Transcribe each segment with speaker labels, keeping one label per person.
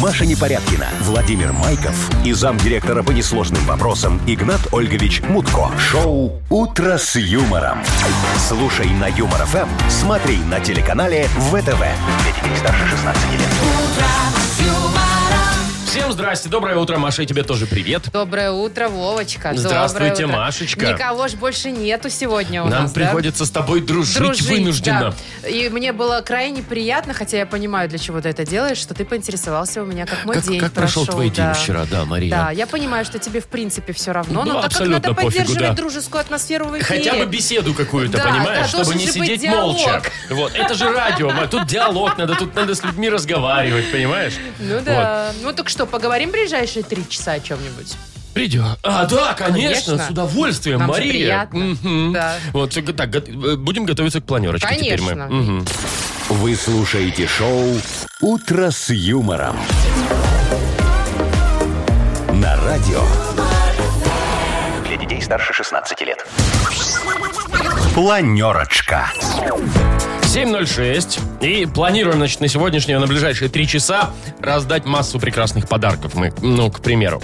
Speaker 1: Маша Непорядкина, Владимир Майков и замдиректора по несложным вопросам Игнат Ольгович Мутко. Шоу «Утро с юмором». Слушай на Юмор ФМ, смотри на телеканале ВТВ. Для детей старше 16 лет.
Speaker 2: Всем здрасте, доброе утро, Маша, и тебе тоже привет.
Speaker 3: Доброе утро, Вовочка. Доброе
Speaker 2: Здравствуйте,
Speaker 3: утро.
Speaker 2: Машечка.
Speaker 3: Никого ж больше нету сегодня у
Speaker 2: Нам
Speaker 3: нас, да?
Speaker 2: приходится с тобой дружить,
Speaker 3: Дружить,
Speaker 2: вынужденно.
Speaker 3: да. И мне было крайне приятно, хотя я понимаю, для чего ты это делаешь, что ты поинтересовался у меня, как мой
Speaker 2: Как-
Speaker 3: день
Speaker 2: как прошел твой день
Speaker 3: да.
Speaker 2: вчера, да, Мария?
Speaker 3: Да, я понимаю, что тебе в принципе все равно,
Speaker 2: Ну,
Speaker 3: но так как
Speaker 2: абсолютно
Speaker 3: надо
Speaker 2: пофигу, да.
Speaker 3: поддерживать дружескую атмосферу в эфире.
Speaker 2: Хотя бы беседу какую-то,
Speaker 3: Да,
Speaker 2: понимаешь,
Speaker 3: да,
Speaker 2: чтобы
Speaker 3: должен
Speaker 2: не
Speaker 3: же быть
Speaker 2: сидеть
Speaker 3: диалог.
Speaker 2: молча. Вот, это же радио, Ма, тут диалог надо, тут надо с людьми разговаривать, понимаешь?
Speaker 3: Ну да. Ну так что, поговорим ближайшие три часа о чем-нибудь?
Speaker 2: Придет. А, да, конечно,
Speaker 3: Конечно.
Speaker 2: с удовольствием,
Speaker 3: Нам же
Speaker 2: Мария.
Speaker 3: приятно.
Speaker 2: Мгм.
Speaker 3: Да.
Speaker 2: Вот, всё, так, го- э, будем готовиться к планерочке теперь мы.
Speaker 3: Конечно.
Speaker 2: Мгм.
Speaker 1: Вы слушаете шоу «Утро с юмором». На радио. Для детей старше 16 лет. Планерочка.
Speaker 2: 7.06. И планируем, значит, на сегодняшнее, на ближайшие три часа раздать массу прекрасных подарков. Мы, ну, к примеру.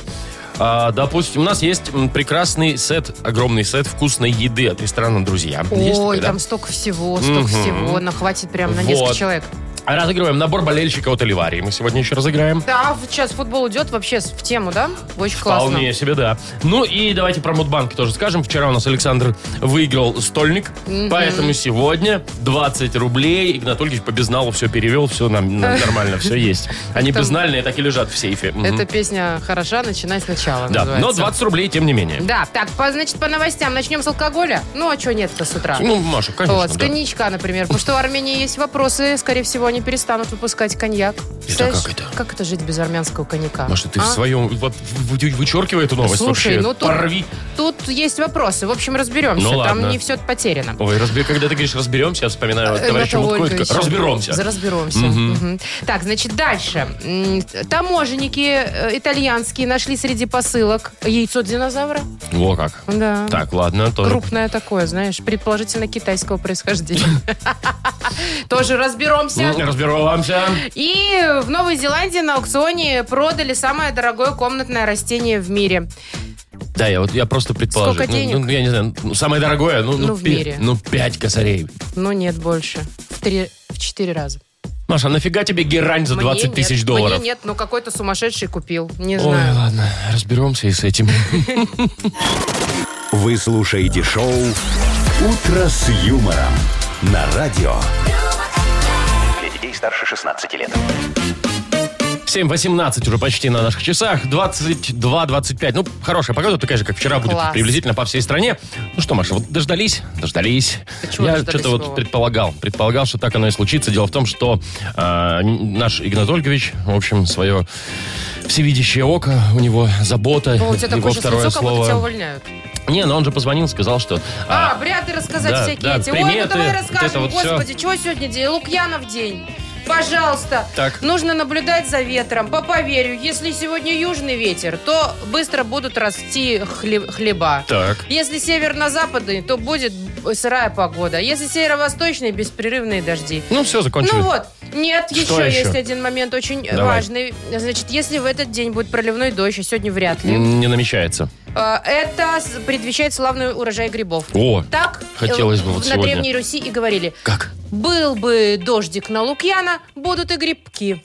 Speaker 2: а, допустим, у нас есть м, прекрасный сет, огромный сет вкусной еды от ресторана «Друзья». Есть такой,
Speaker 3: Ой,
Speaker 2: да?
Speaker 3: там столько всего, столько всего. На хватит прям на несколько
Speaker 2: Вот.
Speaker 3: человек.
Speaker 2: А Разыгрываем набор болельщика от Оливарии. Мы сегодня еще разыграем.
Speaker 3: Да, А в- сейчас футбол идет вообще с- в тему, да? Очень классно.
Speaker 2: Вполне себе, да. Ну и давайте про Мудбанки тоже скажем. Вчера у нас Александр выиграл стольник, поэтому сегодня 20 рублей. Игнат Ольгич по безналу все перевел, все нам, нам нормально, все есть. Они
Speaker 3: Это-
Speaker 2: безнальные так и лежат в сейфе. Мгм.
Speaker 3: Эта песня хороша, начинай сначала.
Speaker 2: Да, ну, но
Speaker 3: называется.
Speaker 2: 20 рублей тем не менее.
Speaker 3: Да, так, по- значит, по новостям начнем с алкоголя. Ну, а чего нет-то с утра?
Speaker 2: Ну, Маша, конечно,
Speaker 3: вот, с
Speaker 2: да.
Speaker 3: коньячка, например. Потому что в Армении есть вопросы. Скорее всего, они перестанут выпускать коньяк. Представляешь,
Speaker 2: как это?
Speaker 3: Как это жить без армянского коньяка?
Speaker 2: Маша, ты
Speaker 3: А?
Speaker 2: в своем... вот, вы- вы- Вычеркивай эту новость
Speaker 3: Слушай,
Speaker 2: вообще.
Speaker 3: ну тут-
Speaker 2: Порви.
Speaker 3: Тут есть вопросы. В общем, разберемся.
Speaker 2: Ну,
Speaker 3: Там
Speaker 2: ладно.
Speaker 3: не все потеряно.
Speaker 2: Ой, разбе- когда ты говоришь разберемся, я вспоминаю
Speaker 3: Э,
Speaker 2: товарища
Speaker 3: Ната
Speaker 2: Мутко и
Speaker 3: Ольгович.
Speaker 2: такой, Разберемся.
Speaker 3: За- Разберемся. Мгм. Так, значит, дальше. М, Таможенники э, итальянские нашли среди посылок яйцо динозавра.
Speaker 2: Во как.
Speaker 3: Да.
Speaker 2: Так, ладно, тоже.
Speaker 3: Крупное такое, знаешь, предположительно китайского происхождения. Тоже разберемся.
Speaker 2: М, Разберемся.
Speaker 3: И в Новой Зеландии на аукционе продали самое дорогое комнатное растение в мире.
Speaker 2: Да, я вот я просто предположил.
Speaker 3: Сколько
Speaker 2: Ну,
Speaker 3: денег?
Speaker 2: Ну, я не знаю, ну, самое дорогое, ну, ну,
Speaker 3: Ну, в
Speaker 2: пе-
Speaker 3: мире.
Speaker 2: ну, пять косарей.
Speaker 3: Но нет больше. В три, в четыре раза.
Speaker 2: Маша, а нафига тебе герань за
Speaker 3: Мне
Speaker 2: 20 тысяч
Speaker 3: нет,
Speaker 2: долларов?
Speaker 3: Мне нет, но какой-то сумасшедший купил. Не
Speaker 2: Ой,
Speaker 3: знаю.
Speaker 2: ладно, разберемся и с этим.
Speaker 1: Вы слушаете шоу «Утро с юмором» на радио. Для детей старше 16 лет.
Speaker 2: 7.18 уже почти на наших часах. 22-25. Ну, хорошая погода, такая же, как вчера будет
Speaker 3: Класс.
Speaker 2: приблизительно по всей стране. Ну что, Маша, вот дождались? Дождались.
Speaker 3: Да А чего
Speaker 2: Я
Speaker 3: дождались,
Speaker 2: что-то вот
Speaker 3: Вова?
Speaker 2: предполагал. Предполагал, что так оно и случится. Дело в том, что э, наш Игнат Ольгович, в общем, свое всевидящее око, у него забота,
Speaker 3: Ну, у тебя
Speaker 2: его
Speaker 3: такое сейчас
Speaker 2: второе
Speaker 3: лицо, как будто тебя
Speaker 2: слово.
Speaker 3: увольняют.
Speaker 2: Не, но он же позвонил, сказал, что...
Speaker 3: А,
Speaker 2: а,
Speaker 3: бряды рассказать
Speaker 2: да,
Speaker 3: всякие
Speaker 2: да,
Speaker 3: эти. Ой,
Speaker 2: приметы,
Speaker 3: ну давай
Speaker 2: вот
Speaker 3: расскажем,
Speaker 2: это вот всё.
Speaker 3: господи, чего сегодня день? Лукьянов день. Пожалуйста.
Speaker 2: Так.
Speaker 3: Нужно наблюдать за ветром. По поверью, если сегодня южный ветер, то быстро будут расти хле- хлеба.
Speaker 2: Так.
Speaker 3: Если северно-западный, то будет сырая погода. Если северо-восточный, беспрерывные дожди.
Speaker 2: Ну, все, закончили.
Speaker 3: Ну вот, нет,
Speaker 2: Что
Speaker 3: еще,
Speaker 2: еще?
Speaker 3: есть один момент очень э,
Speaker 2: Давай.
Speaker 3: важный. Значит, если в этот день будет проливной дождь, а сегодня вряд ли,
Speaker 2: М, Не намечается.
Speaker 3: э, это с- предвещает славный урожай грибов.
Speaker 2: О,
Speaker 3: Так
Speaker 2: Хотелось
Speaker 3: э,
Speaker 2: бы вот
Speaker 3: на
Speaker 2: сегодня.
Speaker 3: Древней Руси и говорили.
Speaker 2: как?
Speaker 3: Был бы дождик на Лукьяна, будут и грибки.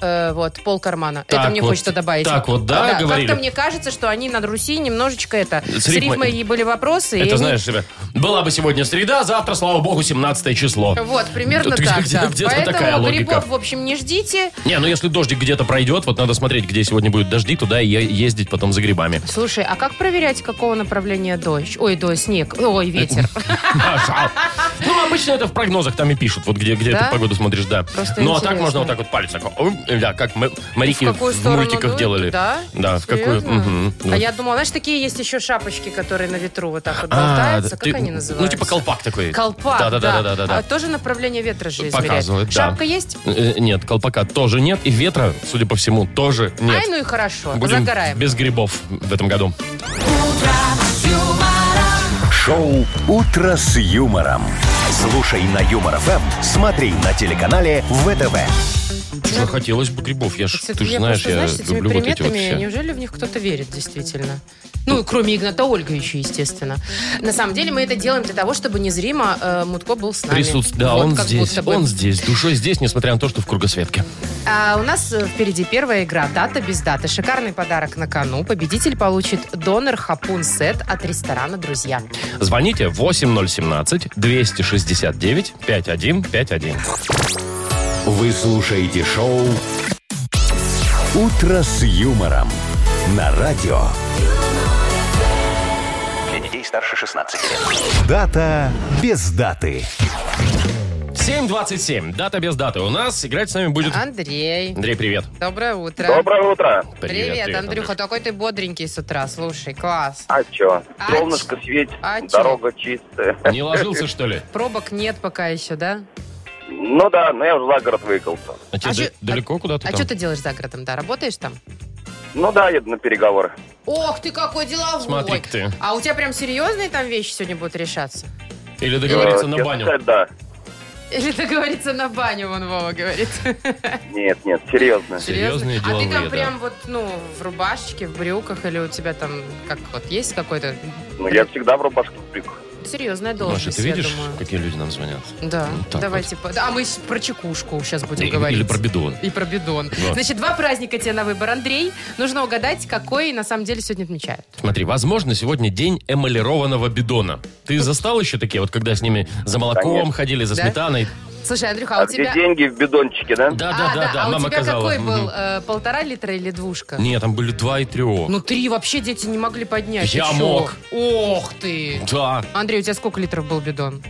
Speaker 3: Э, вот, пол кармана.
Speaker 2: Так
Speaker 3: это мне
Speaker 2: вот,
Speaker 3: хочется добавить.
Speaker 2: так вот, да, говорили?
Speaker 3: Как-то мне кажется, что они на Руси немножечко это...
Speaker 2: С
Speaker 3: С,
Speaker 2: рифмой.
Speaker 3: рифмой и были вопросы. и
Speaker 2: Это
Speaker 3: они-
Speaker 2: знаешь себя. Была бы сегодня среда, завтра, слава богу, 17 число.
Speaker 3: Вот, примерно
Speaker 2: Тут
Speaker 3: так,
Speaker 2: где-
Speaker 3: да.
Speaker 2: где-то
Speaker 3: Поэтому
Speaker 2: такая логика.
Speaker 3: грибов, в общем, не ждите.
Speaker 2: Не, ну если дождик где-то пройдет, вот надо смотреть, где сегодня будет дожди, туда и е- ездить потом за грибами.
Speaker 3: Слушай, а как проверять, какого направления дождь? Ой, дождь, снег. Ой, ветер.
Speaker 2: Маша. А, Ну, обычно это в прогнозах там и пишут, вот где, где
Speaker 3: Да?
Speaker 2: ты погоду смотришь, да.
Speaker 3: Просто
Speaker 2: Ну, а так
Speaker 3: интересно.
Speaker 2: можно вот так вот палец такой. ой, Да, как мы- моряки
Speaker 3: в какую
Speaker 2: в
Speaker 3: сторону
Speaker 2: мультиках
Speaker 3: дует,
Speaker 2: делали.
Speaker 3: Да?
Speaker 2: Да, в какую.
Speaker 3: Серьезно?
Speaker 2: мгм.
Speaker 3: А
Speaker 2: Вот.
Speaker 3: я думала, знаешь, такие есть еще шапочки, которые на ветру вот так вот
Speaker 2: А,
Speaker 3: болтаются.
Speaker 2: ты-
Speaker 3: Как они называются?
Speaker 2: Ну, типа колпак такой.
Speaker 3: Колпак,
Speaker 2: Да, да, да, да, да, да.
Speaker 3: А тоже направление ветра же измеряет.
Speaker 2: Показывает, да.
Speaker 3: Шапка есть?
Speaker 2: Э, Нет, колпака тоже нет, и ветра, судя по всему, тоже нет.
Speaker 3: Ай, ну и хорошо.
Speaker 2: Будем
Speaker 3: Загораем.
Speaker 2: без грибов в этом году.
Speaker 1: Шоу «Утро с юмором». Слушай на Юмор ФМ, смотри на телеканале ВТВ.
Speaker 2: захотелось ну, бы грибов. Я ж,
Speaker 3: Кстати,
Speaker 2: ты же
Speaker 3: я
Speaker 2: знаешь,
Speaker 3: просто,
Speaker 2: я
Speaker 3: с этими
Speaker 2: люблю вот эти вот
Speaker 3: приметами,
Speaker 2: все.
Speaker 3: Неужели в них кто-то верит, действительно? Ну, и кроме Игната Ольга еще, естественно. На самом деле мы это делаем для того, чтобы незримо э, Мутко был с нами.
Speaker 2: Присутств- Да,
Speaker 3: Вот
Speaker 2: он
Speaker 3: как
Speaker 2: здесь,
Speaker 3: будто бы.
Speaker 2: он здесь, душой здесь, несмотря на то, что в кругосветке.
Speaker 3: А у нас э, впереди первая игра «Дата без даты». Шикарный подарок на кону. Победитель получит донор-хапун-сет от ресторана «Друзья».
Speaker 2: Звоните 8017-269-5151.
Speaker 1: Вы слушаете шоу «Утро с юмором» на радио.
Speaker 4: Для детей старше 16 лет.
Speaker 1: Дата без даты.
Speaker 2: 7.27. Дата без даты. У нас играть с нами будет...
Speaker 3: Андрей,
Speaker 2: Андрей, привет.
Speaker 3: доброе утро.
Speaker 5: Доброе утро.
Speaker 3: Привет, Андрюха.
Speaker 2: Андрюш.
Speaker 3: Такой ты бодренький с утра. Слушай, класс.
Speaker 5: А чё?
Speaker 3: А
Speaker 5: Солнышко светит,
Speaker 3: а чё?
Speaker 5: дорога чистая.
Speaker 2: Не ложился, что ли?
Speaker 3: Пробок нет пока еще, да?
Speaker 5: Ну да, но я уже за город выехался.
Speaker 2: А тебе
Speaker 3: А
Speaker 2: д-
Speaker 3: чё-
Speaker 2: далеко куда-то
Speaker 3: А
Speaker 2: там?
Speaker 3: что ты делаешь за городом, да? Работаешь там?
Speaker 5: Ну да, еду на переговоры.
Speaker 3: Ох ты, какой деловой.
Speaker 2: Смотри-ка ты.
Speaker 3: А у тебя прям серьезные там вещи сегодня будут решаться?
Speaker 2: Или договориться
Speaker 5: Э,
Speaker 2: на
Speaker 5: честно
Speaker 2: баню?
Speaker 5: сказать, да.
Speaker 3: Или договориться на баню, вон Вова говорит.
Speaker 5: Нет, нет, серьезно.
Speaker 2: Серьезные
Speaker 3: А ты
Speaker 2: деловые,
Speaker 3: там
Speaker 2: да.
Speaker 3: прям вот, ну, в рубашечке, в брюках, или у тебя там, как вот, есть какой-то...
Speaker 5: Ну я всегда в рубашке спик.
Speaker 3: Серьезная должность,
Speaker 2: Маша, ты
Speaker 3: я
Speaker 2: видишь,
Speaker 3: думаю.
Speaker 2: какие люди нам звонят?
Speaker 3: Да,
Speaker 2: Ну, так
Speaker 3: давайте... по- А мы с- про чекушку сейчас будем
Speaker 2: Или-
Speaker 3: говорить.
Speaker 2: Или про бидон.
Speaker 3: И про бидон.
Speaker 2: Вот.
Speaker 3: Значит, два праздника тебе на выбор, Андрей. Нужно угадать, какой на самом деле сегодня отмечают.
Speaker 2: Смотри, возможно, сегодня день эмалированного бидона. Ты застал еще такие, вот когда с ними за молоком
Speaker 5: Конечно.
Speaker 2: ходили, за
Speaker 3: Ну. Да?
Speaker 2: сметаной?
Speaker 3: Слушай, Андрюха, а,
Speaker 5: А
Speaker 3: у тебя...
Speaker 5: где деньги в бидончике, да?
Speaker 2: Да,
Speaker 3: а,
Speaker 2: да, да, да,
Speaker 3: а у
Speaker 2: мама
Speaker 3: тебя
Speaker 2: казала.
Speaker 3: какой был?
Speaker 2: Мгм.
Speaker 3: э, полтора литра или двушка?
Speaker 2: Не, там были два и трех.
Speaker 3: Ну, три вообще дети не могли поднять.
Speaker 2: Я
Speaker 3: Ты чё?
Speaker 2: мог.
Speaker 3: Ох ты.
Speaker 2: Да.
Speaker 3: Андрей, у тебя сколько литров был бидон?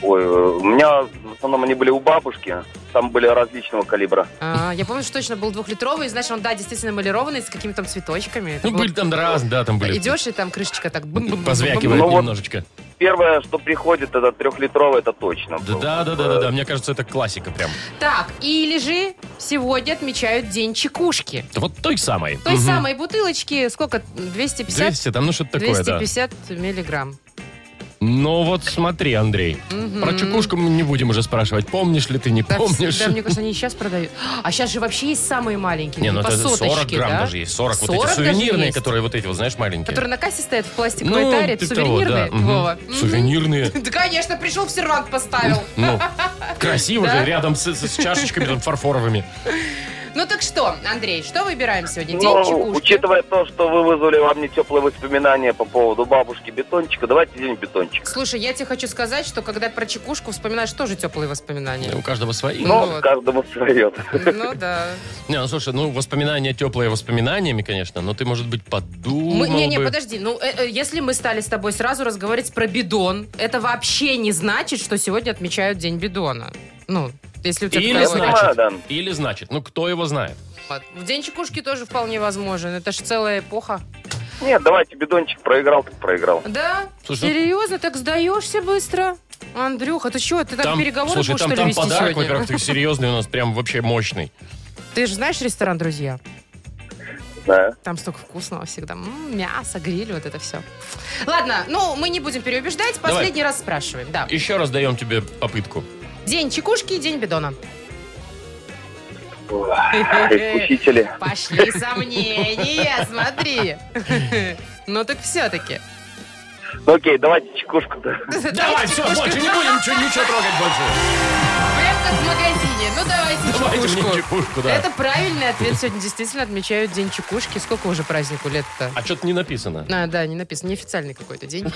Speaker 5: Ой, э, у меня в основном они были у бабушки. Там были различного калибра.
Speaker 3: А, я помню, что точно был двухлитровый. и, Знаешь, он, да, действительно эмалированный, с какими-то там цветочками. Это
Speaker 2: Ну,
Speaker 3: было-
Speaker 2: были там раз, да, там были.
Speaker 3: Идешь, и там крышечка так... бым бым
Speaker 2: Позвякивает
Speaker 5: Ну вот.
Speaker 2: немножечко.
Speaker 5: Первое, что приходит, это трехлитровый, это точно.
Speaker 2: Да, да, да, да, да, да. Мне кажется, это классика прям.
Speaker 3: Так, или же сегодня отмечают День чекушки.
Speaker 2: Да вот той самой.
Speaker 3: Той
Speaker 2: Мгм.
Speaker 3: самой бутылочки, сколько? 250?
Speaker 2: 200, там ну что-то такое, да.
Speaker 3: 250 миллиграмм.
Speaker 2: Ну вот смотри, Андрей.
Speaker 3: Мгм.
Speaker 2: Про чекушку мы не будем уже спрашивать, помнишь ли ты, не
Speaker 3: Да,
Speaker 2: помнишь.
Speaker 3: вс- Да, мне кажется, они и сейчас продают. А сейчас же вообще есть самые маленькие.
Speaker 2: Не, ну
Speaker 3: по
Speaker 2: это 40
Speaker 3: соточке,
Speaker 2: грамм
Speaker 3: да?
Speaker 2: даже есть. 40, вот
Speaker 3: 40
Speaker 2: эти
Speaker 3: даже
Speaker 2: сувенирные,
Speaker 3: есть.
Speaker 2: которые вот эти вот, знаешь, маленькие.
Speaker 3: Которые на кассе стоят в пластиковой таре.
Speaker 2: типа того,
Speaker 3: Сувенирные,
Speaker 2: да, мгм.
Speaker 3: Вова. Мгм.
Speaker 2: Сувенирные.
Speaker 3: Да, конечно, пришел в сервант поставил.
Speaker 2: Ну, красиво
Speaker 3: Да?
Speaker 2: же, рядом с, с- с чашечками там фарфоровыми.
Speaker 3: Ну так что, Андрей, что выбираем сегодня? День
Speaker 5: Ну,
Speaker 3: чекушки?
Speaker 5: учитывая то, что вы вызвали во мне теплые воспоминания по поводу бабушки бетончика, давайте день бетончика.
Speaker 3: Слушай, я тебе хочу сказать, что когда про чекушку вспоминаешь, тоже теплые воспоминания.
Speaker 2: У каждого свои.
Speaker 3: Ну
Speaker 5: Но
Speaker 3: вот.
Speaker 5: каждому свое.
Speaker 3: Ну да.
Speaker 2: Не, ну слушай, ну воспоминания теплые воспоминаниями, конечно, но ты, может быть, подумал
Speaker 3: Мы- Не, не,
Speaker 2: бы.
Speaker 3: подожди. Ну, э, э, если мы стали с тобой сразу разговаривать про бидон, это вообще не значит, что сегодня отмечают День бидона. Ну, если у тебя
Speaker 2: Или
Speaker 3: такая
Speaker 5: Я
Speaker 2: значит.
Speaker 3: логика.
Speaker 5: понимаю, да.
Speaker 2: Или значит, ну кто его знает?
Speaker 3: В День чекушки тоже вполне возможен. Это же целая эпоха.
Speaker 5: Нет, давайте бедончик проиграл, так проиграл.
Speaker 3: Да?
Speaker 2: Слушай, ну-
Speaker 3: Серьезно? Так сдаешься быстро? Андрюха, ты чего? Ты так переговоры
Speaker 2: слушай,
Speaker 3: будешь,
Speaker 2: там,
Speaker 3: что ли,
Speaker 2: там
Speaker 3: вести
Speaker 2: подарок,
Speaker 3: сегодня?
Speaker 2: во-первых, ты серьезный у нас, прям вообще мощный.
Speaker 3: Ты же знаешь ресторан «Друзья»?
Speaker 5: Да.
Speaker 3: Там столько вкусного всегда. М, мясо, гриль, вот это все. Ладно, ну, мы не будем переубеждать.
Speaker 2: Давай.
Speaker 3: Последний раз спрашиваем, да.
Speaker 2: Еще раз даем тебе попытку.
Speaker 3: День чекушки и день бидона.
Speaker 5: Искусители.
Speaker 3: Пошли сомнения, смотри. Ну так все-таки.
Speaker 5: Ну, окей, давайте чекушку. да.
Speaker 2: Давай, все, больше не будем ничего, ничего трогать больше.
Speaker 3: Прям как в магазине. Ну давайте
Speaker 2: Давайте мне
Speaker 3: чекушку.
Speaker 2: чекушку, да.
Speaker 3: Это правильный ответ. Сегодня действительно отмечают День чекушки. Сколько уже празднику лет-то?
Speaker 2: А что-то не написано.
Speaker 3: А, да, не написано. Неофициальный какой-то день.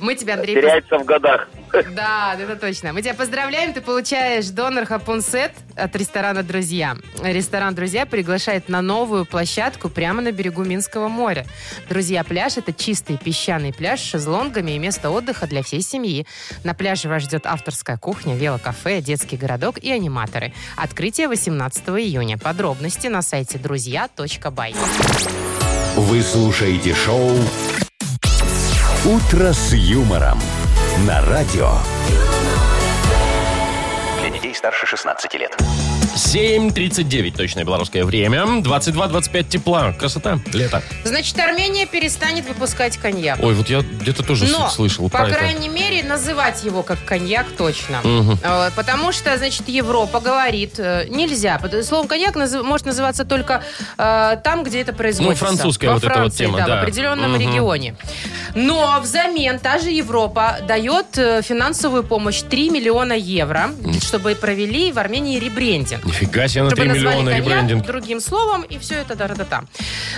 Speaker 3: Мы тебя, Андрей, поз-
Speaker 5: Теряется в годах.
Speaker 3: Да, это точно. Мы тебя поздравляем, ты получаешь донор хапунсет от ресторана «Друзья». Ресторан «Друзья» приглашает на новую площадку прямо на берегу Минского моря. «Друзья пляж» — это чистый песчаный пляж с шезлонгами и место отдыха для всей семьи. На пляже вас ждет авторская кухня, велокафе, детский городок и аниматоры. Открытие 18 июня. Подробности на сайте друзья.бай.
Speaker 1: Вы слушаете шоу «Утро с юмором» на радио.
Speaker 4: Для детей старше 16 лет.
Speaker 2: 7.39 точное белорусское время. 22-25 тепла. Красота. Лето.
Speaker 3: Значит, Армения перестанет выпускать коньяк.
Speaker 2: Ой, вот я где-то тоже
Speaker 3: Но,
Speaker 2: с- слышал
Speaker 3: по
Speaker 2: про это.
Speaker 3: крайней мере, называть его как коньяк точно.
Speaker 2: Мгм.
Speaker 3: Э, Потому что, значит, Европа говорит, э, нельзя. Под- Словом коньяк назы- может называться только э, там, где это производится.
Speaker 2: Ну, французская
Speaker 3: Во
Speaker 2: вот эта вот
Speaker 3: Франции,
Speaker 2: тема, да.
Speaker 3: в определенном
Speaker 2: Мгм.
Speaker 3: регионе. Но взамен та же Европа дает э, финансовую помощь 3 миллиона евро, чтобы провели в Армении ребрендинг.
Speaker 2: Нифига себе на 3
Speaker 3: Чтобы назвали
Speaker 2: миллиона
Speaker 3: коньяк
Speaker 2: ребрендинг.
Speaker 3: другим словом, и все это да да там.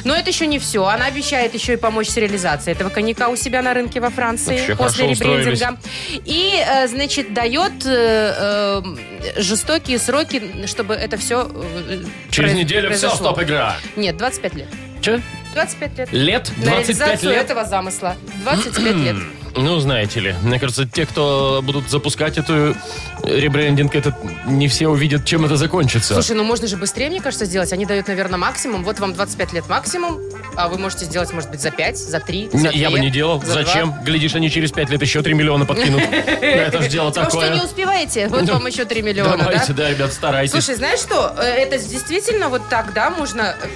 Speaker 3: Но это еще не все. Она обещает еще и помочь с реализацией этого коньяка у себя на рынке во Франции
Speaker 2: Вообще
Speaker 3: после
Speaker 2: хорошо
Speaker 3: ребрендинга. И, э, значит, дает э, э, жестокие сроки, чтобы это все
Speaker 2: Через неделю все, стоп, игра.
Speaker 3: Нет, 25 лет.
Speaker 2: Че?
Speaker 3: 25 лет.
Speaker 2: Лет?
Speaker 3: На
Speaker 2: 25
Speaker 3: реализацию
Speaker 2: лет?
Speaker 3: этого замысла. 25 лет.
Speaker 2: Ну, знаете ли, мне кажется, те, кто будут запускать эту э, ребрендинг, этот не все увидят, чем это закончится.
Speaker 3: Слушай, ну можно же быстрее, мне кажется, сделать. Они дают, наверное, максимум. Вот вам 25 лет максимум, а вы можете сделать, может быть, за 5, за 3,
Speaker 2: Не,
Speaker 3: за
Speaker 2: я бы
Speaker 3: две,
Speaker 2: не делал.
Speaker 3: за
Speaker 2: Зачем? Глядишь, они через 5 лет еще 3 миллиона подкинут. Ну, Это же дело
Speaker 3: Потому что не
Speaker 2: такое.
Speaker 3: успеваете. Вот
Speaker 2: Ну,
Speaker 3: вам еще 3 миллиона,
Speaker 2: Давайте,
Speaker 3: да?
Speaker 2: да, ребят, старайтесь.
Speaker 3: Слушай, знаешь что? Э, Это действительно вот так, да, можно э,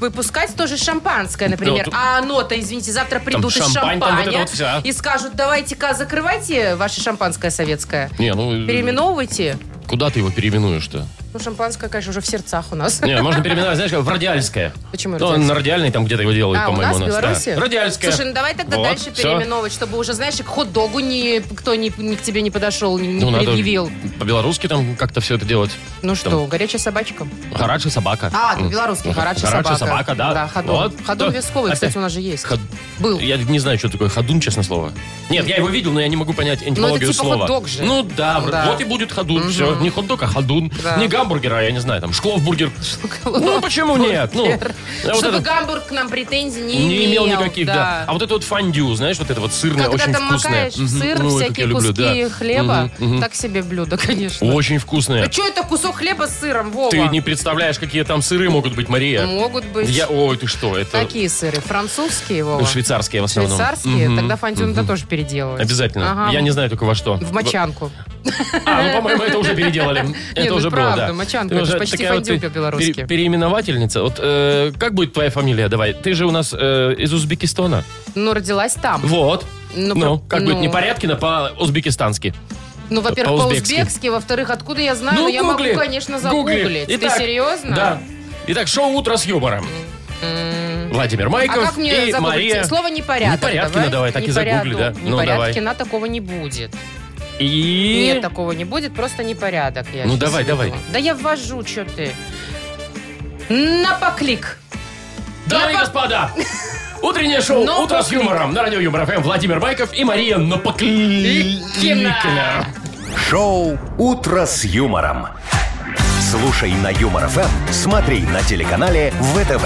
Speaker 3: выпускать тоже шампанское, например.
Speaker 2: Ну, вот-
Speaker 3: А оно-то, извините, завтра придут из
Speaker 2: шампань, там вот это
Speaker 3: шампаня
Speaker 2: вот а? вся.
Speaker 3: и скажут, давайте-ка закрывайте ваше шампанское советское.
Speaker 2: Не, ну,
Speaker 3: Переименовывайте.
Speaker 2: куда ты его переименуешь-то?
Speaker 3: Ну, шампанское, конечно, уже в сердцах у нас.
Speaker 2: Не, можно переименовать, знаешь, как в радиальское.
Speaker 3: Почему
Speaker 2: Ну,
Speaker 3: радиальское?
Speaker 2: на радиальной там где-то его делают,
Speaker 3: А, у
Speaker 2: по-моему,
Speaker 3: нас, в
Speaker 2: да.
Speaker 3: Беларуси?
Speaker 2: Радиальское.
Speaker 3: Слушай, ну давай тогда
Speaker 2: Вот,
Speaker 3: дальше
Speaker 2: всё.
Speaker 3: переименовывать, чтобы уже, знаешь, к хот-догу ни, кто ни, ни к тебе не подошел, ни, не
Speaker 2: Ну, надо
Speaker 3: предъявил.
Speaker 2: по-белорусски там как-то все это делать.
Speaker 3: Ну что, горячая собачка.
Speaker 2: Харачи собака.
Speaker 3: А,
Speaker 2: М.
Speaker 3: белорусский харачи
Speaker 2: Харачи
Speaker 3: собака.
Speaker 2: собака, да.
Speaker 3: Да, ходун.
Speaker 2: Вот.
Speaker 3: Ходун
Speaker 2: Да.
Speaker 3: весковый, кстати, у нас же есть.
Speaker 2: Ход-
Speaker 3: Был.
Speaker 2: Я не знаю, что такое ходун, честное слово. Нет, я его видел, но я не могу понять этимологию
Speaker 3: типа
Speaker 2: слова.
Speaker 3: хот-дог же.
Speaker 2: Ну да, в-
Speaker 3: Да.
Speaker 2: вот и будет ходун. Все, не хот-дог, а ходун.
Speaker 3: Да.
Speaker 2: Не гамбургер, а я не знаю, там, шклов-бургер. Ну почему нет? Ну, а вот
Speaker 3: Чтобы
Speaker 2: это-
Speaker 3: Гамбург к нам претензий не, А
Speaker 2: не имел никаких, да. А вот это вот фандю, знаешь, вот это вот сырное,
Speaker 3: Когда
Speaker 2: очень
Speaker 3: ты
Speaker 2: вкусное.
Speaker 3: макаешь в
Speaker 2: Мгм.
Speaker 3: сыр,
Speaker 2: Ой, как я
Speaker 3: всякие
Speaker 2: люблю,
Speaker 3: куски
Speaker 2: да.
Speaker 3: хлеба,
Speaker 2: Мгм, мгм.
Speaker 3: так себе блюдо, конечно.
Speaker 2: Очень вкусное.
Speaker 3: А что это кусок хлеба с сыром, Вова?
Speaker 2: Ты не представляешь, какие там сыры могут быть, Мария.
Speaker 3: Могут быть.
Speaker 2: Я, ой, ты что, это
Speaker 3: Какие сыры? Французские, Вова?
Speaker 2: швейцарские в основном.
Speaker 3: Швейцарские?
Speaker 2: Мгм.
Speaker 3: Тогда фондю надо тоже переделывать.
Speaker 2: Обязательно.
Speaker 3: Ага.
Speaker 2: Я не знаю только во что.
Speaker 3: В мочанку.
Speaker 2: А, ну, по-моему, это уже переделали. Это
Speaker 3: ну
Speaker 2: уже было,
Speaker 3: правда,
Speaker 2: да.
Speaker 3: мочанка,
Speaker 2: Ты
Speaker 3: это
Speaker 2: уже
Speaker 3: же почти
Speaker 2: такая вот
Speaker 3: фондю
Speaker 2: ты
Speaker 3: по-белорусски.
Speaker 2: пере- Переименовательница. Вот э, как будет твоя фамилия? Давай. Ты же у нас э, из Узбекистана.
Speaker 3: Ну, родилась там.
Speaker 2: Вот.
Speaker 3: Ну,
Speaker 2: Ну,
Speaker 3: про-
Speaker 2: как
Speaker 3: ну.
Speaker 2: будет? Не Порядкина, по-узбекистански.
Speaker 3: Ну, во-первых,
Speaker 2: По-узбекски.
Speaker 3: по-узбекски, во-вторых, откуда я знаю, но Ну, я могу,
Speaker 2: Ну, гугли.
Speaker 3: конечно,
Speaker 2: Гугли.
Speaker 3: загуглить. Ты
Speaker 2: Итак,
Speaker 3: серьезно?
Speaker 2: Да. Итак, шоу «Утро с юмором». Владимир
Speaker 3: А
Speaker 2: Майков
Speaker 3: как мне
Speaker 2: и
Speaker 3: загуглить?
Speaker 2: Мария.
Speaker 3: Слово непорядок.
Speaker 2: Непорядкина, давай, так и загугли, да. Ну, давай.
Speaker 3: Непорядкина, такого не будет.
Speaker 2: И...
Speaker 3: Нет, такого не будет, просто непорядок. Я
Speaker 2: Ну,
Speaker 3: щас
Speaker 2: давай,
Speaker 3: веду.
Speaker 2: давай.
Speaker 3: Да я ввожу, что ты. На поклик.
Speaker 2: Дамы и господа, утреннее шоу
Speaker 3: Но
Speaker 2: «Утро с юмором» на радио Юмор ФМ Владимир Майков и Мария Напокликина.
Speaker 1: Шоу «Утро с юмором». Слушай на Юмор ФМ, смотри на телеканале ВТВ.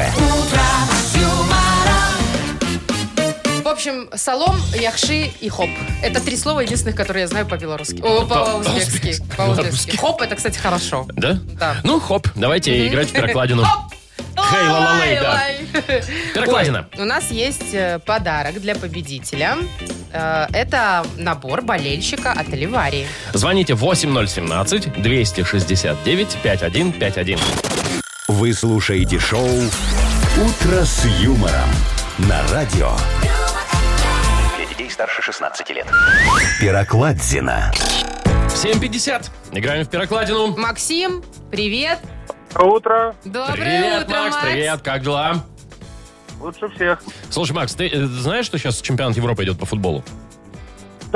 Speaker 3: В общем, салом, яхши и хоп. Это три слова единственных, которые я знаю по-белорусски. О, по-узбекски.
Speaker 2: по-узбекски.
Speaker 3: По-узбекски. Хоп, это, кстати, хорошо.
Speaker 2: Да?
Speaker 3: Да.
Speaker 2: Ну, хоп, давайте играть в перекладину. Хей, ла-ла-лей, да.
Speaker 3: Ой.
Speaker 2: Перекладина.
Speaker 3: У нас есть э, подарок для победителя. Э, Это набор болельщика от Оливарии.
Speaker 2: Звоните 8017-269-5151.
Speaker 1: Вы слушаете шоу «Утро с юмором» на радио
Speaker 4: Для детей старше 16 лет.
Speaker 1: Пирокладзина.
Speaker 2: 7.50. Играем в перекладину.
Speaker 3: Максим, привет.
Speaker 5: Доброе утро.
Speaker 3: Доброе
Speaker 2: привет,
Speaker 3: утро,
Speaker 2: Макс,
Speaker 3: Макс.
Speaker 2: привет, как дела?
Speaker 5: Лучше всех.
Speaker 2: Слушай, Макс, ты э, знаешь, что сейчас чемпионат Европы идет по футболу?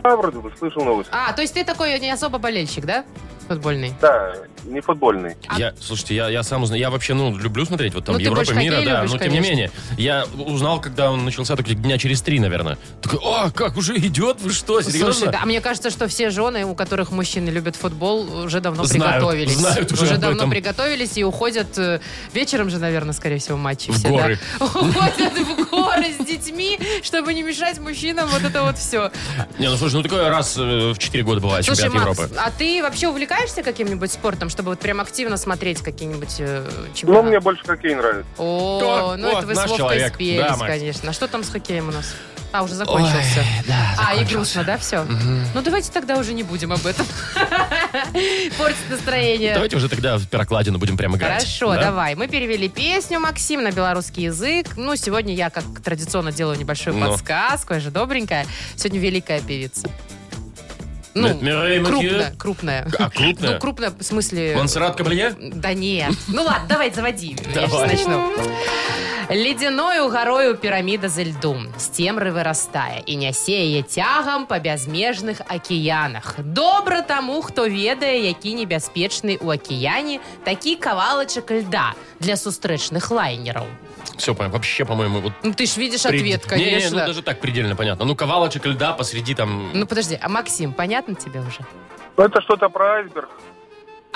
Speaker 5: Да, вроде бы, слышал новость.
Speaker 3: А, то есть ты такой не особо болельщик, да? Футбольный.
Speaker 5: Да, не футбольный.
Speaker 3: А-
Speaker 2: Я, слушайте, я, я сам узнаю, я вообще, ну, люблю смотреть вот там
Speaker 3: Ну, ты
Speaker 2: Европа,
Speaker 3: больше
Speaker 2: мира,
Speaker 3: хоккей
Speaker 2: да,
Speaker 3: любишь,
Speaker 2: но тем не
Speaker 3: конечно.
Speaker 2: менее. Я узнал, когда он начался, так дня через три, наверное. Такой, о, как, уже идет? Вы что, серьезно?
Speaker 3: Слушай, да, мне кажется, что все жены, у которых мужчины любят футбол, уже давно
Speaker 2: Знают,
Speaker 3: приготовились.
Speaker 2: знают уже об
Speaker 3: давно
Speaker 2: этом.
Speaker 3: приготовились и уходят э, вечером же, наверное, скорее всего, матчи.
Speaker 2: В
Speaker 3: все,
Speaker 2: горы.
Speaker 3: да. Уходят в горы с детьми, чтобы не мешать мужчинам вот это вот все.
Speaker 2: Не, ну слушай, ну такое раз э, в четыре года бывает
Speaker 3: Слушай,
Speaker 2: чемпионат
Speaker 3: Макс,
Speaker 2: Европы.
Speaker 3: а ты вообще увлекаешься каким-нибудь спортом, чтобы вот прям активно смотреть какие-нибудь э,
Speaker 5: Но
Speaker 3: чемпионаты?
Speaker 5: мне больше хоккей нравится.
Speaker 3: О,
Speaker 2: Да,
Speaker 3: ну
Speaker 2: вот
Speaker 3: это вы с
Speaker 2: наш
Speaker 3: Вовкой
Speaker 2: человек.
Speaker 3: спелись,
Speaker 2: Да, Макс.
Speaker 3: конечно. А что там с хоккеем у нас? А, уже закончился.
Speaker 2: Ой, да,
Speaker 3: а, и
Speaker 2: закончился.
Speaker 3: грустно, да, все? Ну, давайте тогда уже не будем об этом. Портит настроение.
Speaker 2: Давайте уже тогда в перокладину будем прямо играть.
Speaker 3: Хорошо,
Speaker 2: Да?
Speaker 3: давай. Мы перевели песню Максим на белорусский язык. Ну, сегодня я, как традиционно, делаю небольшую
Speaker 2: Ну.
Speaker 3: подсказку. Я же добренькая. Сегодня великая певица. Ну,
Speaker 2: Нет, Мирей Матье?
Speaker 3: крупная, крупная.
Speaker 2: А, крупная?
Speaker 3: Ну, крупная, в смысле...
Speaker 2: Монсеррат Кабалье?
Speaker 3: Да не. Ну ладно, давай, заводи. Я сейчас
Speaker 2: Давай.
Speaker 3: начну. Ледяною горою пирамида за льдом, с темры вырастая, и нясея тягам по бязмежных океянах. Добра тому, хто ведае, які небяспечны у акіяне такі кавалачак льда для сустрэчных лайнераў.
Speaker 2: Все, вообще, по-моему, вот...
Speaker 3: Ну ты ж видишь
Speaker 2: пред-
Speaker 3: ответ,
Speaker 2: Не, не,
Speaker 3: конечно.
Speaker 2: ну даже так предельно понятно. Ну, ковалочек льда посреди там...
Speaker 3: Ну подожди, а Максим, понятно тебе уже?
Speaker 5: Ну, это что-то про айсберг.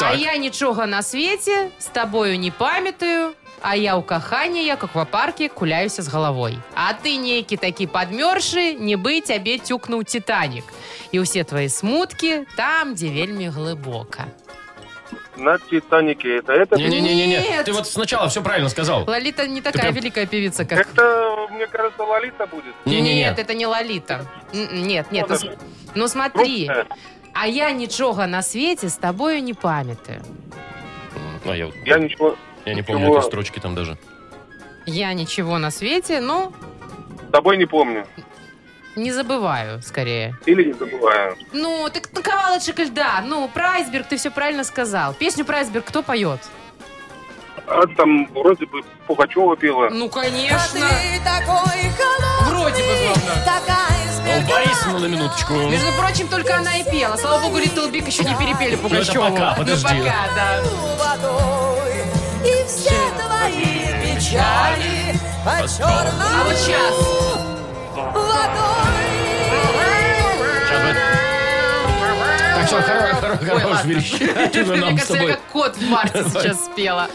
Speaker 3: А
Speaker 2: Так.
Speaker 3: я нічога на свеце, з табою не памятаю, а я ў каханні, як аквапарке, куляюся з галавой. А ты нейкі такі падмёршы, нібы цябе цюкнуў Титанік. І ўсе твои смуткі там, дзе вельмі глыбока.
Speaker 5: На Титанике это это.
Speaker 2: Не-не-не-не,
Speaker 3: Нет.
Speaker 2: ты вот сначала все правильно сказал.
Speaker 3: Лолита не такая
Speaker 2: прям-
Speaker 3: великая певица, как...
Speaker 5: Это, мне кажется, Лолита будет.
Speaker 2: Не-не-не.
Speaker 3: Нет, это не Лолита. М-м, Нет, нет.
Speaker 5: Ну,
Speaker 3: ну,
Speaker 5: даже-
Speaker 3: с- Ну смотри,
Speaker 5: Крупная.
Speaker 3: а я нічога на свеце з табою не памятаю.
Speaker 2: А я, вот-
Speaker 5: Я ничего...
Speaker 2: я не помню
Speaker 5: Чего?
Speaker 2: этой строчки там даже.
Speaker 3: Я ничего на свете, ну,
Speaker 5: С тобой не помню.
Speaker 3: не забываю, скорее.
Speaker 5: Или не забываю.
Speaker 3: Ну, так на ковалочек льда. Ну, про айсберг ты все правильно сказал. Песню про айсберг кто поет?
Speaker 5: А там вроде бы Пугачева пела.
Speaker 3: Ну,
Speaker 6: А
Speaker 3: конечно.
Speaker 6: ты такой холодный,
Speaker 3: Вроде бы, главное.
Speaker 6: такая
Speaker 2: О, Борисовна
Speaker 6: сберегательная.
Speaker 2: на минуточку.
Speaker 3: Между прочим, только она и пела. Слава богу, Литл Биг еще не перепели Пугачеву.
Speaker 2: пока, подожди.
Speaker 3: Ну, пока, да.
Speaker 6: водой, и все твои печали по
Speaker 3: А
Speaker 6: черному
Speaker 3: вот сейчас.
Speaker 6: водой.
Speaker 2: Сейчас будет. Так что, хоро- хоро- хорош,
Speaker 3: ладно.
Speaker 2: верещатина
Speaker 3: Мне
Speaker 2: нам с
Speaker 3: кажется, я
Speaker 2: тобой.
Speaker 3: как кот в марте
Speaker 2: Давай.
Speaker 3: сейчас спела.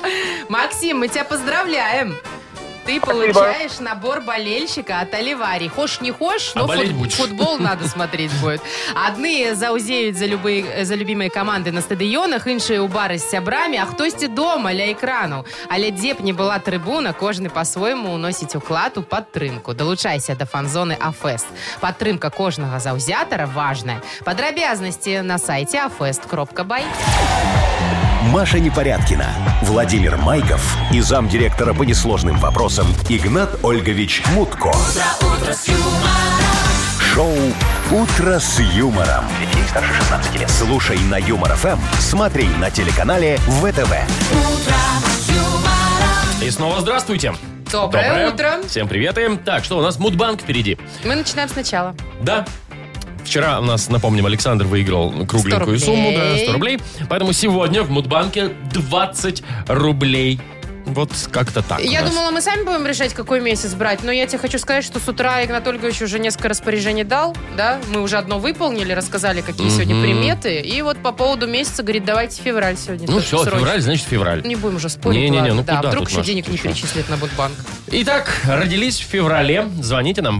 Speaker 3: Максим, мы тебя поздравляем. Ты получаешь набор болельщика от Оливари. Хочешь, не хочешь,
Speaker 2: А
Speaker 3: но
Speaker 2: болеть
Speaker 3: фут-
Speaker 2: будешь.
Speaker 3: футбол надо смотреть будет. Одни заузеют за, любые, за любимые команды на стадионах, іншие у бары с сябрами, а хтосьці дома, ля экрану. Але дзе б не была трибуна, кожны по-своему уносить уклад у падтрымку. Долучайся до фан-зоны А Афест. Падтрымка кожнага заўзятара важная. Падрабязнасці на сайте А afest.by.
Speaker 1: Маша Непорядкина, Владимир Майков и замдиректора по несложным вопросам Игнат Ольгович Мутко. Шоу Утро с юмором.
Speaker 4: Для детей старше 16 лет.
Speaker 1: Слушай на Юмор ФМ, смотри на телеканале ВТВ.
Speaker 2: И снова здравствуйте.
Speaker 3: Доброе утро.
Speaker 2: Всем привет. и- Так, что у нас Мудбанк впереди.
Speaker 3: Мы начинаем сначала.
Speaker 2: Да. Вчера у нас, напомним, Александр выиграл кругленькую
Speaker 3: 100
Speaker 2: сумму, да,
Speaker 3: рублей.
Speaker 2: 100 рублей. Поэтому сегодня в Мудбанке 20 рублей. Вот как-то так. А у
Speaker 3: Я
Speaker 2: нас.
Speaker 3: думала, мы сами будем решать, какой месяц брать, но я тебе хочу сказать, что с утра Игнат Ольгович уже несколько распоряжений дал, да, мы уже одно выполнили, рассказали, какие сегодня
Speaker 2: Мгм.
Speaker 3: приметы, и вот по поводу месяца, говорит, давайте февраль сегодня.
Speaker 2: Ну
Speaker 3: тоже
Speaker 2: все,
Speaker 3: срочно.
Speaker 2: февраль, значит февраль.
Speaker 3: Не будем уже спорить,
Speaker 2: Не-не-не,
Speaker 3: ладно,
Speaker 2: ну
Speaker 3: да,
Speaker 2: куда
Speaker 3: вдруг
Speaker 2: тут,
Speaker 3: еще
Speaker 2: Маша,
Speaker 3: денег
Speaker 2: ты
Speaker 3: не
Speaker 2: что?
Speaker 3: перечислят на Будбанк.
Speaker 2: Итак, родились в феврале. Звоните нам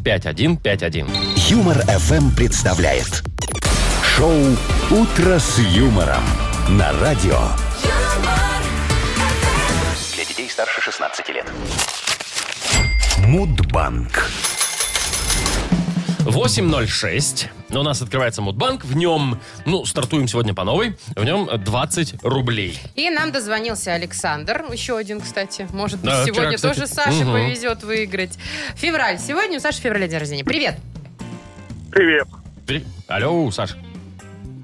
Speaker 2: 8017-269-5151.
Speaker 1: Юмор ФМ представляет шоу Утро с юмором на радио.
Speaker 4: Для детей старше 16 лет.
Speaker 1: Мудбанк.
Speaker 2: 806. У нас открывается Мудбанк. В нем, ну, стартуем сегодня по новой. В нем 20 рублей.
Speaker 3: И нам дозвонился Александр, еще один, кстати, может быть,
Speaker 2: Да, вчера,
Speaker 3: сегодня
Speaker 2: кстати.
Speaker 3: тоже Саше
Speaker 2: Мгм.
Speaker 3: повезет выиграть. Февраль, сегодня у Саши февраля день рождения. Привет!
Speaker 5: Привет.
Speaker 2: Пере- Алло, Саш.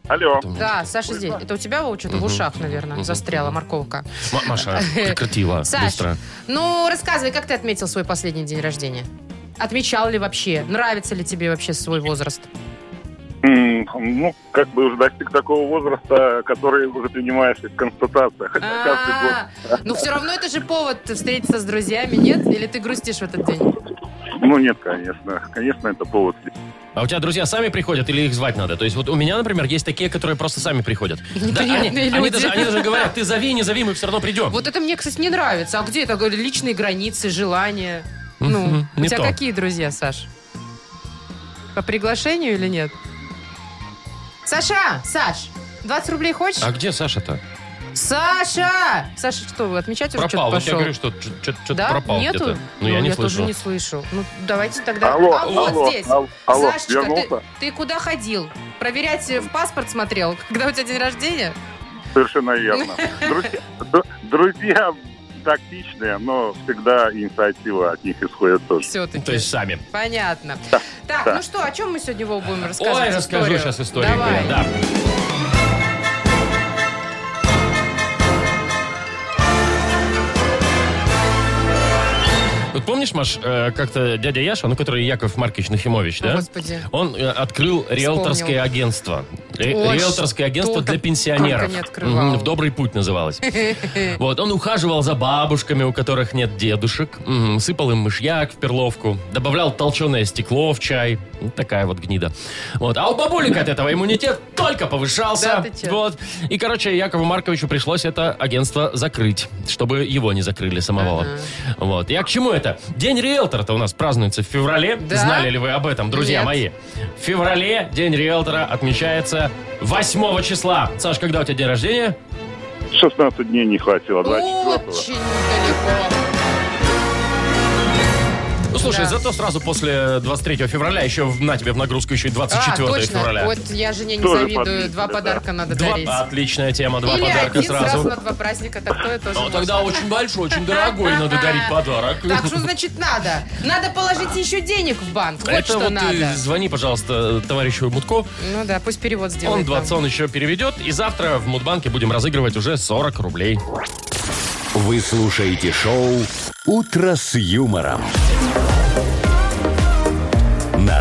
Speaker 5: Алло.
Speaker 3: Да, Саша здесь. Это у тебя вот, что-то в ушах, наверное, застряла морковка.
Speaker 2: М- Маша, прекратила
Speaker 3: Саш,
Speaker 2: А, быстро.
Speaker 3: ну рассказывай, как ты отметил свой последний день рождения? Отмечал ли вообще? Нравится ли тебе вообще свой возраст?
Speaker 5: М, Ну, как бы уже достиг такого возраста, который уже принимаешь как констатация. Хотя каждый год.
Speaker 3: А, Ну все равно это же повод встретиться с друзьями, нет? Или ты грустишь в этот день?
Speaker 5: Ну, нет, конечно. Конечно, это повод.
Speaker 2: А у тебя друзья сами приходят или их звать надо? То есть вот у меня, например, есть такие, которые просто сами приходят. Да, они,
Speaker 3: Неприятные
Speaker 2: они
Speaker 3: люди.
Speaker 2: даже, они даже говорят, ты зови, не зови, мы все равно придем.
Speaker 3: Вот это мне, кстати, не нравится. А где это говорю, личные границы, желания? Ну,
Speaker 2: Мгм,
Speaker 3: у
Speaker 2: не
Speaker 3: тебя
Speaker 2: то.
Speaker 3: какие друзья, Саш? По приглашению или нет? Саша, Саш, 20 рублей хочешь?
Speaker 2: А где Саша-то?
Speaker 3: С- Саша! Саша, что вы, отмечать уже
Speaker 2: Пропал.
Speaker 3: что-то
Speaker 2: Вот я
Speaker 3: пошел?
Speaker 2: говорю, что что-то
Speaker 3: да?
Speaker 2: пропал
Speaker 3: Нету?
Speaker 2: где-то.
Speaker 3: Ну,
Speaker 2: Но я не
Speaker 3: тоже
Speaker 2: слышу.
Speaker 3: не слышу. Ну, давайте тогда...
Speaker 5: Алло,
Speaker 3: а, вот
Speaker 5: алло,
Speaker 3: здесь.
Speaker 5: алло, алло,
Speaker 3: Сашечка, ты,
Speaker 5: вернулся?
Speaker 3: ты куда ходил? Проверять э, в паспорт смотрел, когда у тебя день рождения?
Speaker 5: Совершенно верно. Друзья, д- друзья тактичные, но всегда инициатива от них исходит тоже.
Speaker 3: Все-таки.
Speaker 2: Ну, То есть сами.
Speaker 3: Понятно. Так,
Speaker 5: да.
Speaker 3: ну что, о чем мы сегодня Вова, будем рассказывать?
Speaker 2: Ой, расскажу
Speaker 3: историю?
Speaker 2: сейчас историю.
Speaker 3: Давай.
Speaker 2: Да. Вот помнишь, Маш, э, как-то дядя Яша, ну, который Яков Маркович Нахимович, да?
Speaker 3: Господи.
Speaker 2: Он э, открыл риэлторское агентство. Ре-
Speaker 3: Ой,
Speaker 2: риэлторское агентство
Speaker 3: что
Speaker 2: для
Speaker 3: там
Speaker 2: пенсионеров.
Speaker 3: только не открывал.
Speaker 2: Мгм, В добрый путь называлось. Вот, он ухаживал за бабушками, у которых нет дедушек, Мгм, сыпал им мышьяк в перловку, добавлял толченое стекло в чай. Ну, Такая вот гнида. Вот. А у бабулек от этого иммунитет только повышался.
Speaker 3: Да ты чё?
Speaker 2: вот. И, короче, Якову Марковичу пришлось это агентство закрыть, чтобы его не закрыли самого. Вот. Я к чему это? День риэлтора-то у нас празднуется в феврале.
Speaker 3: Да?
Speaker 2: Знали ли вы об этом, друзья
Speaker 3: Нет.
Speaker 2: мои? В феврале День риэлтора отмечается 8 числа. Саш, когда у тебя день рождения?
Speaker 5: 16 дней не хватило, 24
Speaker 3: Очень далеко.
Speaker 2: Ну, слушай,
Speaker 3: Да.
Speaker 2: зато сразу после 23 февраля еще в- на тебе в нагрузку еще и 24
Speaker 3: а, точно.
Speaker 2: февраля.
Speaker 3: Вот я жене не
Speaker 5: Тоже
Speaker 3: завидую.
Speaker 5: подлизали,
Speaker 3: Два
Speaker 5: да.
Speaker 3: подарка надо
Speaker 2: Два-
Speaker 3: дарить.
Speaker 2: Отличная тема, два
Speaker 3: Или
Speaker 2: подарка
Speaker 3: один сразу.
Speaker 2: сразу.
Speaker 3: на два праздника, такое тоже
Speaker 2: Ну,
Speaker 3: можно.
Speaker 2: тогда очень большой, очень дорогой надо дарить подарок.
Speaker 3: Так, что значит надо? Надо положить еще денег в банк. Вот
Speaker 2: Это
Speaker 3: что
Speaker 2: вот
Speaker 3: надо.
Speaker 2: э, звони, пожалуйста, товарищу Мутко.
Speaker 3: Ну да, пусть перевод сделает.
Speaker 2: Он
Speaker 3: нам.
Speaker 2: 20 он еще переведет. И завтра в Мудбанке будем разыгрывать уже 40 рублей.
Speaker 1: Вы слушаете шоу «Утро с юмором». На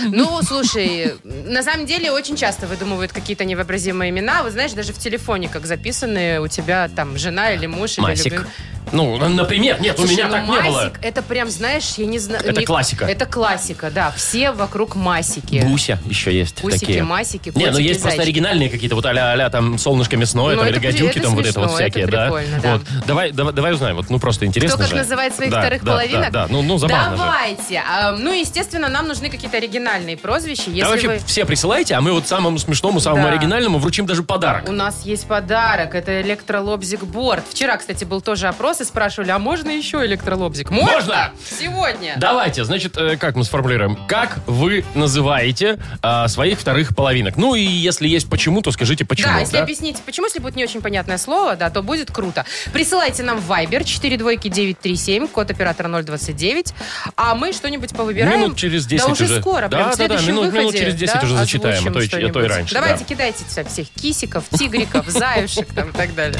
Speaker 3: Ну, слушай, на самом деле очень часто выдумывают какие-то невообразимые имена. Вот знаешь, даже в телефоне, как записаны у тебя там жена или муж. или
Speaker 2: Масик.
Speaker 3: любимый.
Speaker 2: Ну, на- например, нет, у
Speaker 3: Слушай,
Speaker 2: меня
Speaker 3: ну,
Speaker 2: так не
Speaker 3: Масик,
Speaker 2: было.
Speaker 3: это прям, знаешь, я не знаю...
Speaker 2: Это
Speaker 3: ни-
Speaker 2: классика.
Speaker 3: Это классика, да. Все вокруг масики.
Speaker 2: Гуся еще есть
Speaker 3: Гусики,
Speaker 2: такие.
Speaker 3: масики,
Speaker 2: Не, ну
Speaker 3: котики,
Speaker 2: есть просто
Speaker 3: зайчики.
Speaker 2: оригинальные какие-то, вот а-ля, а-ля там солнышко мясное,
Speaker 3: Ну,
Speaker 2: там,
Speaker 3: это
Speaker 2: или
Speaker 3: при-
Speaker 2: гадюки,
Speaker 3: это
Speaker 2: там вот это вот
Speaker 3: смешно, это
Speaker 2: всякие, да.
Speaker 3: прикольно, да.
Speaker 2: Вот. Давай, давай, давай узнаем, вот, ну просто интересно
Speaker 3: Кто как
Speaker 2: же.
Speaker 3: называет своих
Speaker 2: Да,
Speaker 3: вторых
Speaker 2: да,
Speaker 3: половинок?
Speaker 2: Да, да, ну, ну забавно же.
Speaker 3: Давайте. А, ну, естественно, нам нужны какие-то оригинальные прозвища. Если
Speaker 2: Да вообще
Speaker 3: вы...
Speaker 2: все присылайте, а мы вот самому смешному, самому
Speaker 3: Да.
Speaker 2: оригинальному вручим даже подарок.
Speaker 3: У нас есть подарок. Это электролобзик борт. Вчера, кстати, был тоже опрос и спрашивали, а можно еще электролобзик?
Speaker 2: Можно!
Speaker 3: Сегодня.
Speaker 2: Давайте, значит, э, как мы сформулируем? Как вы называете э, своих вторых половинок? Ну и если есть почему, то скажите почему.
Speaker 3: Да, если
Speaker 2: да?
Speaker 3: объясните, почему, если будет не очень понятное слово, да, то будет круто. Присылайте нам в Viber 42937, код оператора 029, а мы что-нибудь повыбираем.
Speaker 2: Минут через 10
Speaker 3: Да уже,
Speaker 2: уже.
Speaker 3: скоро,
Speaker 2: Да,
Speaker 3: прям в
Speaker 2: да, да,
Speaker 3: следующем
Speaker 2: минут- минут
Speaker 3: выходе,
Speaker 2: через 10
Speaker 3: да,
Speaker 2: уже зачитаем, а то и-
Speaker 3: озвучим
Speaker 2: а то и
Speaker 3: что-нибудь.
Speaker 2: раньше,
Speaker 3: Давайте
Speaker 2: да.
Speaker 3: кидайте сюда всех кисиков, тигриков, заюшек там и так далее.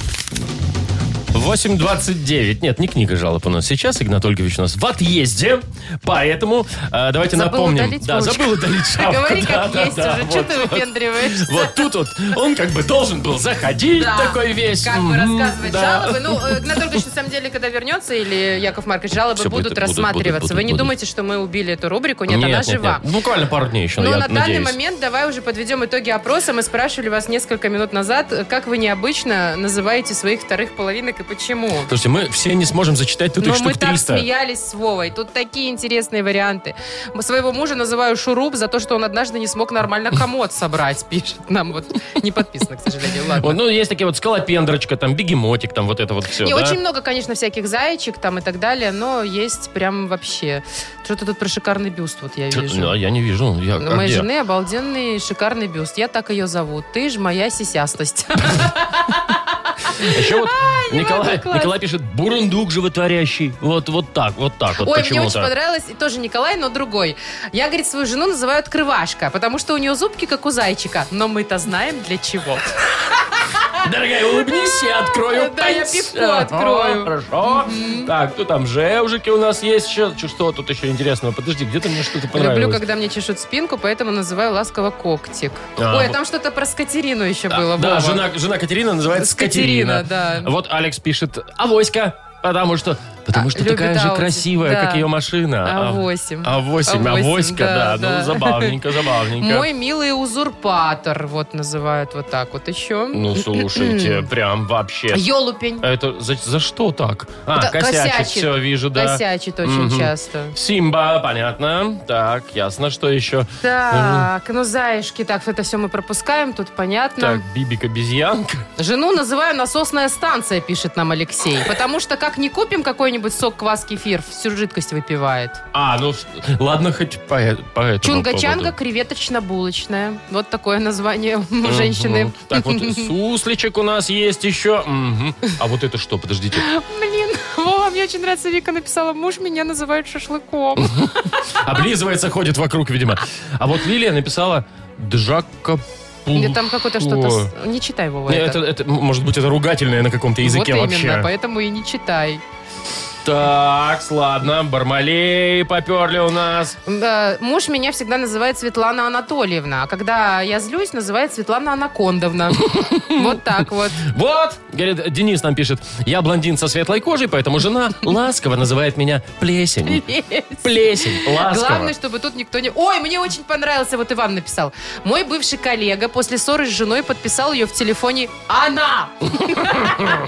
Speaker 2: 8.29. Нет, не книга жалоб у нас сейчас. Игнат Ольгович у нас в отъезде. Поэтому э, давайте
Speaker 3: Забыл
Speaker 2: напомним.
Speaker 3: удалить
Speaker 2: да,
Speaker 3: ручку.
Speaker 2: забыл удалить шапку.
Speaker 3: Говори, как
Speaker 2: Да,
Speaker 3: есть
Speaker 2: да,
Speaker 3: уже.
Speaker 2: да,
Speaker 3: Че
Speaker 2: вот,
Speaker 3: ты
Speaker 2: вот.
Speaker 3: выпендриваешься?
Speaker 2: Вот тут вот он как бы должен был заходить
Speaker 3: Да.
Speaker 2: такой весь.
Speaker 3: Как бы
Speaker 2: М,
Speaker 3: рассказывать
Speaker 2: да.
Speaker 3: жалобы. Ну, э, Игнат Ольгович, на самом деле, когда вернется, или Яков Маркович, жалобы
Speaker 2: Всё будет-
Speaker 3: будут,
Speaker 2: будут,
Speaker 3: рассматриваться.
Speaker 2: будут,
Speaker 3: Вы не
Speaker 2: будут.
Speaker 3: думайте, что мы убили эту рубрику. Нет,
Speaker 2: Нет,
Speaker 3: она
Speaker 2: нет, нет.
Speaker 3: жива.
Speaker 2: Буквально пару дней еще,
Speaker 3: Но
Speaker 2: я
Speaker 3: на данный
Speaker 2: надеюсь.
Speaker 3: момент давай уже подведем итоги опроса. Мы спрашивали вас несколько минут назад, э, как вы необычно называете своих вторых половинок и почему.
Speaker 2: Слушайте, мы все не сможем зачитать тут
Speaker 3: Но
Speaker 2: их
Speaker 3: Ну, мы
Speaker 2: штук
Speaker 3: так
Speaker 2: 300.
Speaker 3: смеялись с Вовой. Тут такие интересные варианты. Мы Своего мужа называю Шуруп за то, что он однажды не смог нормально комод собрать, пишет нам. Вот не подписано, к сожалению. Ладно.
Speaker 2: Вот, ну, есть такие вот скалопендрочка, там, бегемотик, там, вот это вот все,
Speaker 3: Не,
Speaker 2: да?
Speaker 3: очень много, конечно, всяких заечек там и так далее, но есть прям вообще. Что-то тут про шикарный бюст вот я
Speaker 2: Чё-
Speaker 3: вижу. Ну,
Speaker 2: Да, я не вижу. Я,
Speaker 3: У
Speaker 2: а
Speaker 3: моей
Speaker 2: где?
Speaker 3: жены обалденный шикарный бюст. Я так ее зову. Ты ж моя сисястость.
Speaker 2: Еще вот
Speaker 3: А, не
Speaker 2: Николай,
Speaker 3: могу, класс.
Speaker 2: Николай пишет «Бурундук животворящий». Вот, вот так, вот так вот
Speaker 3: Ой, мне
Speaker 2: почему-то.
Speaker 3: очень понравилось. И тоже Николай, но другой. Я, говорит, свою жену называю открывашка, потому что у нее зубки, как у зайчика. Но мы-то знаем для чего.
Speaker 2: Дорогая, улыбнись, я открою.
Speaker 3: Да, я
Speaker 2: пальц.
Speaker 3: пивко открою.
Speaker 2: Ага, Хорошо. Так, кто там? Жевжики у нас есть еще. Чё, Что тут еще интересного? Подожди, где-то мне что-то понравилось.
Speaker 3: Люблю, когда мне чешут спинку, поэтому называю ласково когтик.
Speaker 2: А,
Speaker 3: Ой, а
Speaker 2: вот.
Speaker 3: там что-то про скатерину еще
Speaker 2: Да,
Speaker 3: было.
Speaker 2: Да,
Speaker 3: Вова.
Speaker 2: жена, жена Катерина называется Катерина.
Speaker 3: Катерина, да.
Speaker 2: Вот Алекс пишет «Авоська», потому что... Потому
Speaker 3: А,
Speaker 2: что
Speaker 3: любит
Speaker 2: такая же
Speaker 3: Ауди,
Speaker 2: красивая,
Speaker 3: да.
Speaker 2: как ее машина.
Speaker 3: А
Speaker 2: А,
Speaker 3: А8.
Speaker 2: А8,
Speaker 3: А8,
Speaker 2: авоська, да.
Speaker 3: да,
Speaker 2: Ну,
Speaker 3: да.
Speaker 2: забавненько, забавненько.
Speaker 3: Мой милый узурпатор, вот называют вот так вот еще.
Speaker 2: Ну,
Speaker 3: м-м.
Speaker 2: слушайте, прям вообще.
Speaker 3: Елупень.
Speaker 2: А Это за, за что так? А,
Speaker 3: Да,
Speaker 2: косячит,
Speaker 3: косячит.
Speaker 2: все, вижу, да.
Speaker 3: Косячит очень
Speaker 2: Мгм.
Speaker 3: часто.
Speaker 2: Симба, понятно. Так, ясно, что еще.
Speaker 3: Так, ну заешки, так, это все мы пропускаем, тут
Speaker 2: Так,
Speaker 3: понятно.
Speaker 2: Бибик обезьянка.
Speaker 3: Жену называю насосная станция, пишет нам Алексей. Потому что как не купим какой-нибудь сок, квас, кефир, всю жидкость выпивает.
Speaker 2: А, ну с- ладно, хоть по, э- по этому
Speaker 3: Чунга-чанга
Speaker 2: поводу.
Speaker 3: креветочно-булочная. Вот такое название у женщины.
Speaker 2: Мгм. Так, вот сусличек у нас есть еще. Мгм. А вот это что, подождите.
Speaker 3: Блин, Вова, мне очень нравится, Вика написала, муж меня называют шашлыком.
Speaker 2: Облизывается, ходит вокруг, видимо. А вот Лилия написала Джака
Speaker 3: Или там какое-то что-то... с- Не читай, Вова,
Speaker 2: это, это, может быть, это ругательное на каком-то языке
Speaker 3: вот
Speaker 2: вообще.
Speaker 3: именно, поэтому и не читай.
Speaker 2: Так, ладно, Бармалей поперли у нас.
Speaker 3: Да, муж меня всегда называет Светлана Анатольевна, а когда я злюсь, называет Светлана Анакондовна. Вот так вот.
Speaker 2: Вот, говорит, Денис нам пишет, я блондин со светлой кожей, поэтому жена ласково называет меня плесень. Плесень, ласково.
Speaker 3: Главное, чтобы тут никто не... Ой, мне очень понравился, вот Иван написал. Мой бывший коллега после ссоры с женой подписал ее в телефоне «Она».
Speaker 2: Э,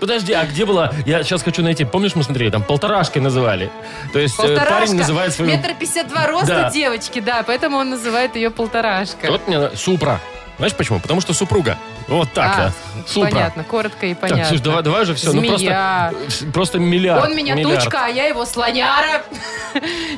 Speaker 2: Подожди, а где была? Я сейчас хочу найти. Помнишь, мы смотрели, там полторашкой называли. То есть э, парень называет свою...
Speaker 3: Метр пятьдесят два роста
Speaker 2: Да.
Speaker 3: девочки, да, поэтому он называет ее полторашка.
Speaker 2: Вот мне на- Супра. Знаешь почему? Потому что супруга. Вот так-то.
Speaker 3: А,
Speaker 2: Супра.
Speaker 3: Понятно, коротко и понятно.
Speaker 2: Так, слушай, давай, давай же все.
Speaker 3: Змея.
Speaker 2: Ну просто, просто миллиард.
Speaker 3: Он меня
Speaker 2: миллиард.
Speaker 3: тучка, а я его слоняра.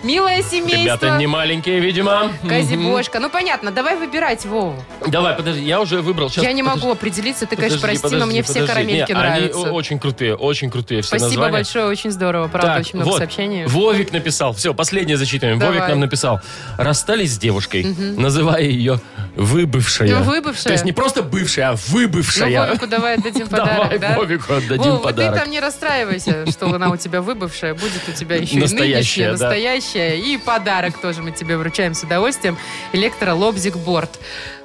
Speaker 3: Милое семейство.
Speaker 2: Ребята не маленькие, видимо.
Speaker 3: Козибошка. Ну, понятно, давай выбирать Вову.
Speaker 2: Давай, подожди, я уже выбрал. Сейчас,
Speaker 3: я не
Speaker 2: подожди.
Speaker 3: могу определиться, ты, Ну, конечно,
Speaker 2: Подожди,
Speaker 3: прости, но
Speaker 2: подожди,
Speaker 3: мне все
Speaker 2: подожди.
Speaker 3: карамельки
Speaker 2: Не, Они
Speaker 3: нравятся.
Speaker 2: о- очень крутые, очень крутые все
Speaker 3: Спасибо
Speaker 2: названия.
Speaker 3: большое, очень здорово, правда,
Speaker 2: Так,
Speaker 3: очень много
Speaker 2: вот,
Speaker 3: сообщений.
Speaker 2: Вовик написал. Все, последнее зачитываем.
Speaker 3: Давай.
Speaker 2: Вовик нам написал. Расстались с девушкой, называя ее выбывшая.
Speaker 3: Ну, выбывшая.
Speaker 2: То есть не просто бывшая, а
Speaker 3: Ну,
Speaker 2: выбывшая.
Speaker 3: Вовику давай отдадим
Speaker 2: Давай
Speaker 3: подарок, да?
Speaker 2: Вовику отдадим
Speaker 3: Вова,
Speaker 2: подарок.
Speaker 3: ты там не расстраивайся, что она у тебя выбывшая, будет у тебя еще
Speaker 2: Настоящая,
Speaker 3: и нынешняя,
Speaker 2: да.
Speaker 3: настоящая. И подарок тоже мы тебе вручаем с удовольствием. Электролобзик борт.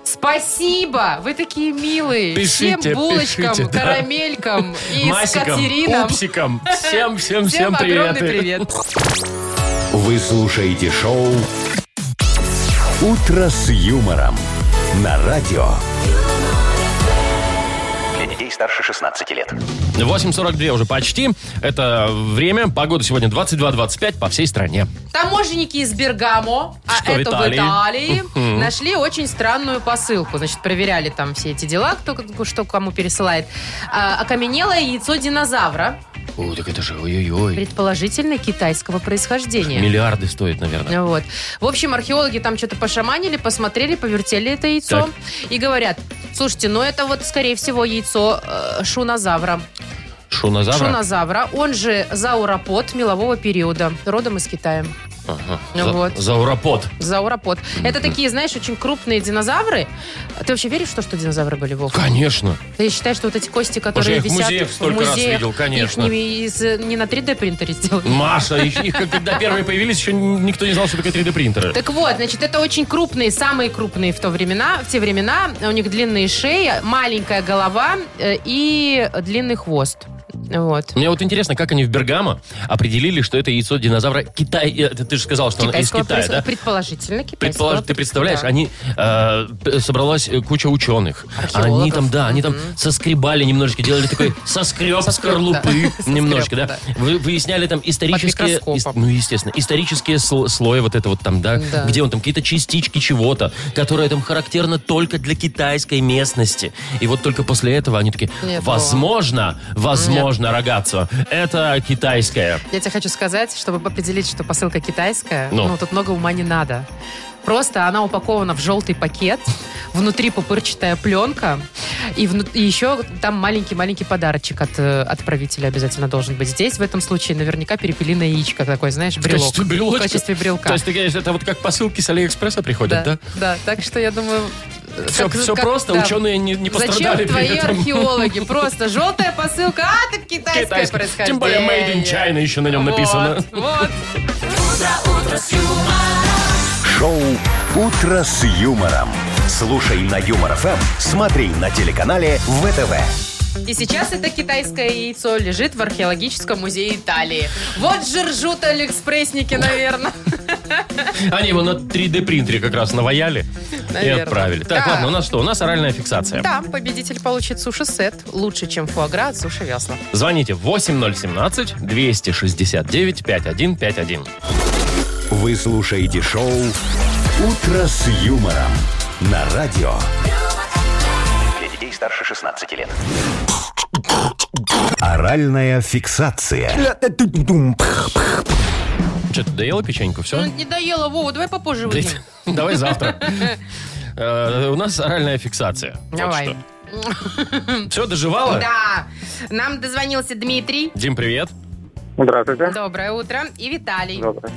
Speaker 3: Спасибо! Вы такие милые.
Speaker 2: Пишите,
Speaker 3: Всем булочкам,
Speaker 2: пишите, да.
Speaker 3: карамелькам и
Speaker 2: Масиком,
Speaker 3: скатеринам.
Speaker 2: пупсиком. Всем, всем, всем,
Speaker 3: Всем огромный
Speaker 2: приветы.
Speaker 3: привет.
Speaker 1: Вы слушаете шоу «Утро с юмором» на радио.
Speaker 4: Для детей старше 16 лет.
Speaker 2: 8.42 уже почти. Это время. Погода сегодня 22-25 по всей стране.
Speaker 3: Таможенники из Бергамо, а
Speaker 2: Что,
Speaker 3: это
Speaker 2: в
Speaker 3: в
Speaker 2: Италии?
Speaker 3: Италии,
Speaker 2: Мгм.
Speaker 3: нашли очень странную посылку. Значит, проверяли там все эти дела, кто к- что кому пересылает. А, окаменелое яйцо динозавра,
Speaker 2: О, так это же ой-ой-ой.
Speaker 3: предположительно китайского происхождения.
Speaker 2: Миллиарды стоит, наверное.
Speaker 3: Вот. В общем, археологи там что-то пошаманили, посмотрели, повертели это яйцо
Speaker 2: Так.
Speaker 3: и говорят, слушайте, ну это вот, скорее всего, яйцо э, шунозавра.
Speaker 2: Шунозавра?
Speaker 3: Шунозавра, он же зауропод мелового периода, родом из Китая. Ну
Speaker 2: За-
Speaker 3: вот.
Speaker 2: Зауропод.
Speaker 3: Зауропод. Это такие, знаешь, очень крупные динозавры. А Ты вообще веришь в то, что динозавры были, Вов?
Speaker 2: Конечно.
Speaker 3: Ты считаешь, что вот эти кости,
Speaker 2: Слушай, я
Speaker 3: которые
Speaker 2: их в
Speaker 3: висят
Speaker 2: музеях столько раз видел, конечно.
Speaker 3: Их не, из- не на 3D принтере сделали?
Speaker 2: Маша, их, их как- когда первые появились, еще никто не знал, что такое 3D-принтеры.
Speaker 3: Так вот, значит, это очень крупные, самые крупные в то времена, в те времена. У них длинные шеи, маленькая голова э, и длинный хвост. Вот.
Speaker 2: Мне вот интересно, как они в Бергамо определили, что это яйцо динозавра Китай. э, Ты ты же сказал, что оно из
Speaker 3: Китайского
Speaker 2: Китая,
Speaker 3: прес-
Speaker 2: да?
Speaker 3: Предположительно, китайского.
Speaker 2: Предполож... Ты представляешь,
Speaker 3: Да.
Speaker 2: они э, п- собралась э, куча ученых.
Speaker 3: Археологов.
Speaker 2: Они там, да, они там соскребали немножечко, делали такой соскреб
Speaker 3: Соскреб,
Speaker 2: скорлупы
Speaker 3: да.
Speaker 2: немножко,
Speaker 3: Соскреб,
Speaker 2: да. Вы- Выясняли там исторические,
Speaker 3: микроскопом.
Speaker 2: ис- ну естественно, исторические сло- слои вот это вот там, да,
Speaker 3: Да.
Speaker 2: где он там какие-то частички чего-то, которое там характерно только для китайской местности. И вот только после этого они такие,
Speaker 3: Нет,
Speaker 2: возможно, возможно, рогатство, это китайское.
Speaker 3: Я тебе хочу сказать, чтобы определить, что посылка китайская,
Speaker 2: Ну.
Speaker 3: ну, тут много ума не надо. Просто она упакована в желтый пакет, внутри пупырчатая пленка, и, вну- и еще там маленький-маленький подарочек от э, отправителя обязательно должен быть. Здесь в этом случае наверняка перепелиное яичко такое, знаешь, брелок.
Speaker 2: качестве брелочка?
Speaker 3: В качестве брелка.
Speaker 2: То есть, ты говоришь, это вот как посылки с Алиэкспресса приходят,
Speaker 3: да,
Speaker 2: да?
Speaker 3: да, так что я думаю... э,
Speaker 2: Все,
Speaker 3: как-
Speaker 2: все
Speaker 3: как-
Speaker 2: просто,
Speaker 3: да.
Speaker 2: ученые не, не
Speaker 3: Зачем
Speaker 2: пострадали при
Speaker 3: твои
Speaker 2: этом.
Speaker 3: археологи? Просто желтая посылка, а ты китайская,
Speaker 2: Китайское.
Speaker 3: происхождение.
Speaker 2: Тем более made in China еще на нем
Speaker 3: Вот,
Speaker 2: написано.
Speaker 3: вот.
Speaker 1: Шоу «Утро с юмором». Слушай на Юмор ФМ, смотри на телеканале ВТВ.
Speaker 3: И сейчас это китайское яйцо лежит в археологическом музее Италии. Вот же ржут алиэкспрессники, наверное.
Speaker 2: Они его на 3D принтере как раз наваяли и
Speaker 3: Наверное.
Speaker 2: отправили. Так,
Speaker 3: Да.
Speaker 2: ладно, у нас что? У нас оральная фиксация.
Speaker 3: Там победитель получит суши-сет. Лучше, чем фуагра от суши весла.
Speaker 2: Звоните 8017-269-5151.
Speaker 1: Вы слушаете шоу «Утро с юмором» на радио.
Speaker 4: Для детей старше 16 лет.
Speaker 1: Оральная фиксация.
Speaker 2: Че, ты доела печеньку? Все?
Speaker 3: Ну, не доела, Вова, давай попозже выйдем.
Speaker 2: Давай завтра. Э, У нас оральная фиксация.
Speaker 3: Давай.
Speaker 2: Все, доживала?
Speaker 3: Да, нам дозвонился Дмитрий.
Speaker 2: Дим, привет.
Speaker 5: Здравствуйте.
Speaker 3: Доброе утро. И Виталий.
Speaker 5: Доброе.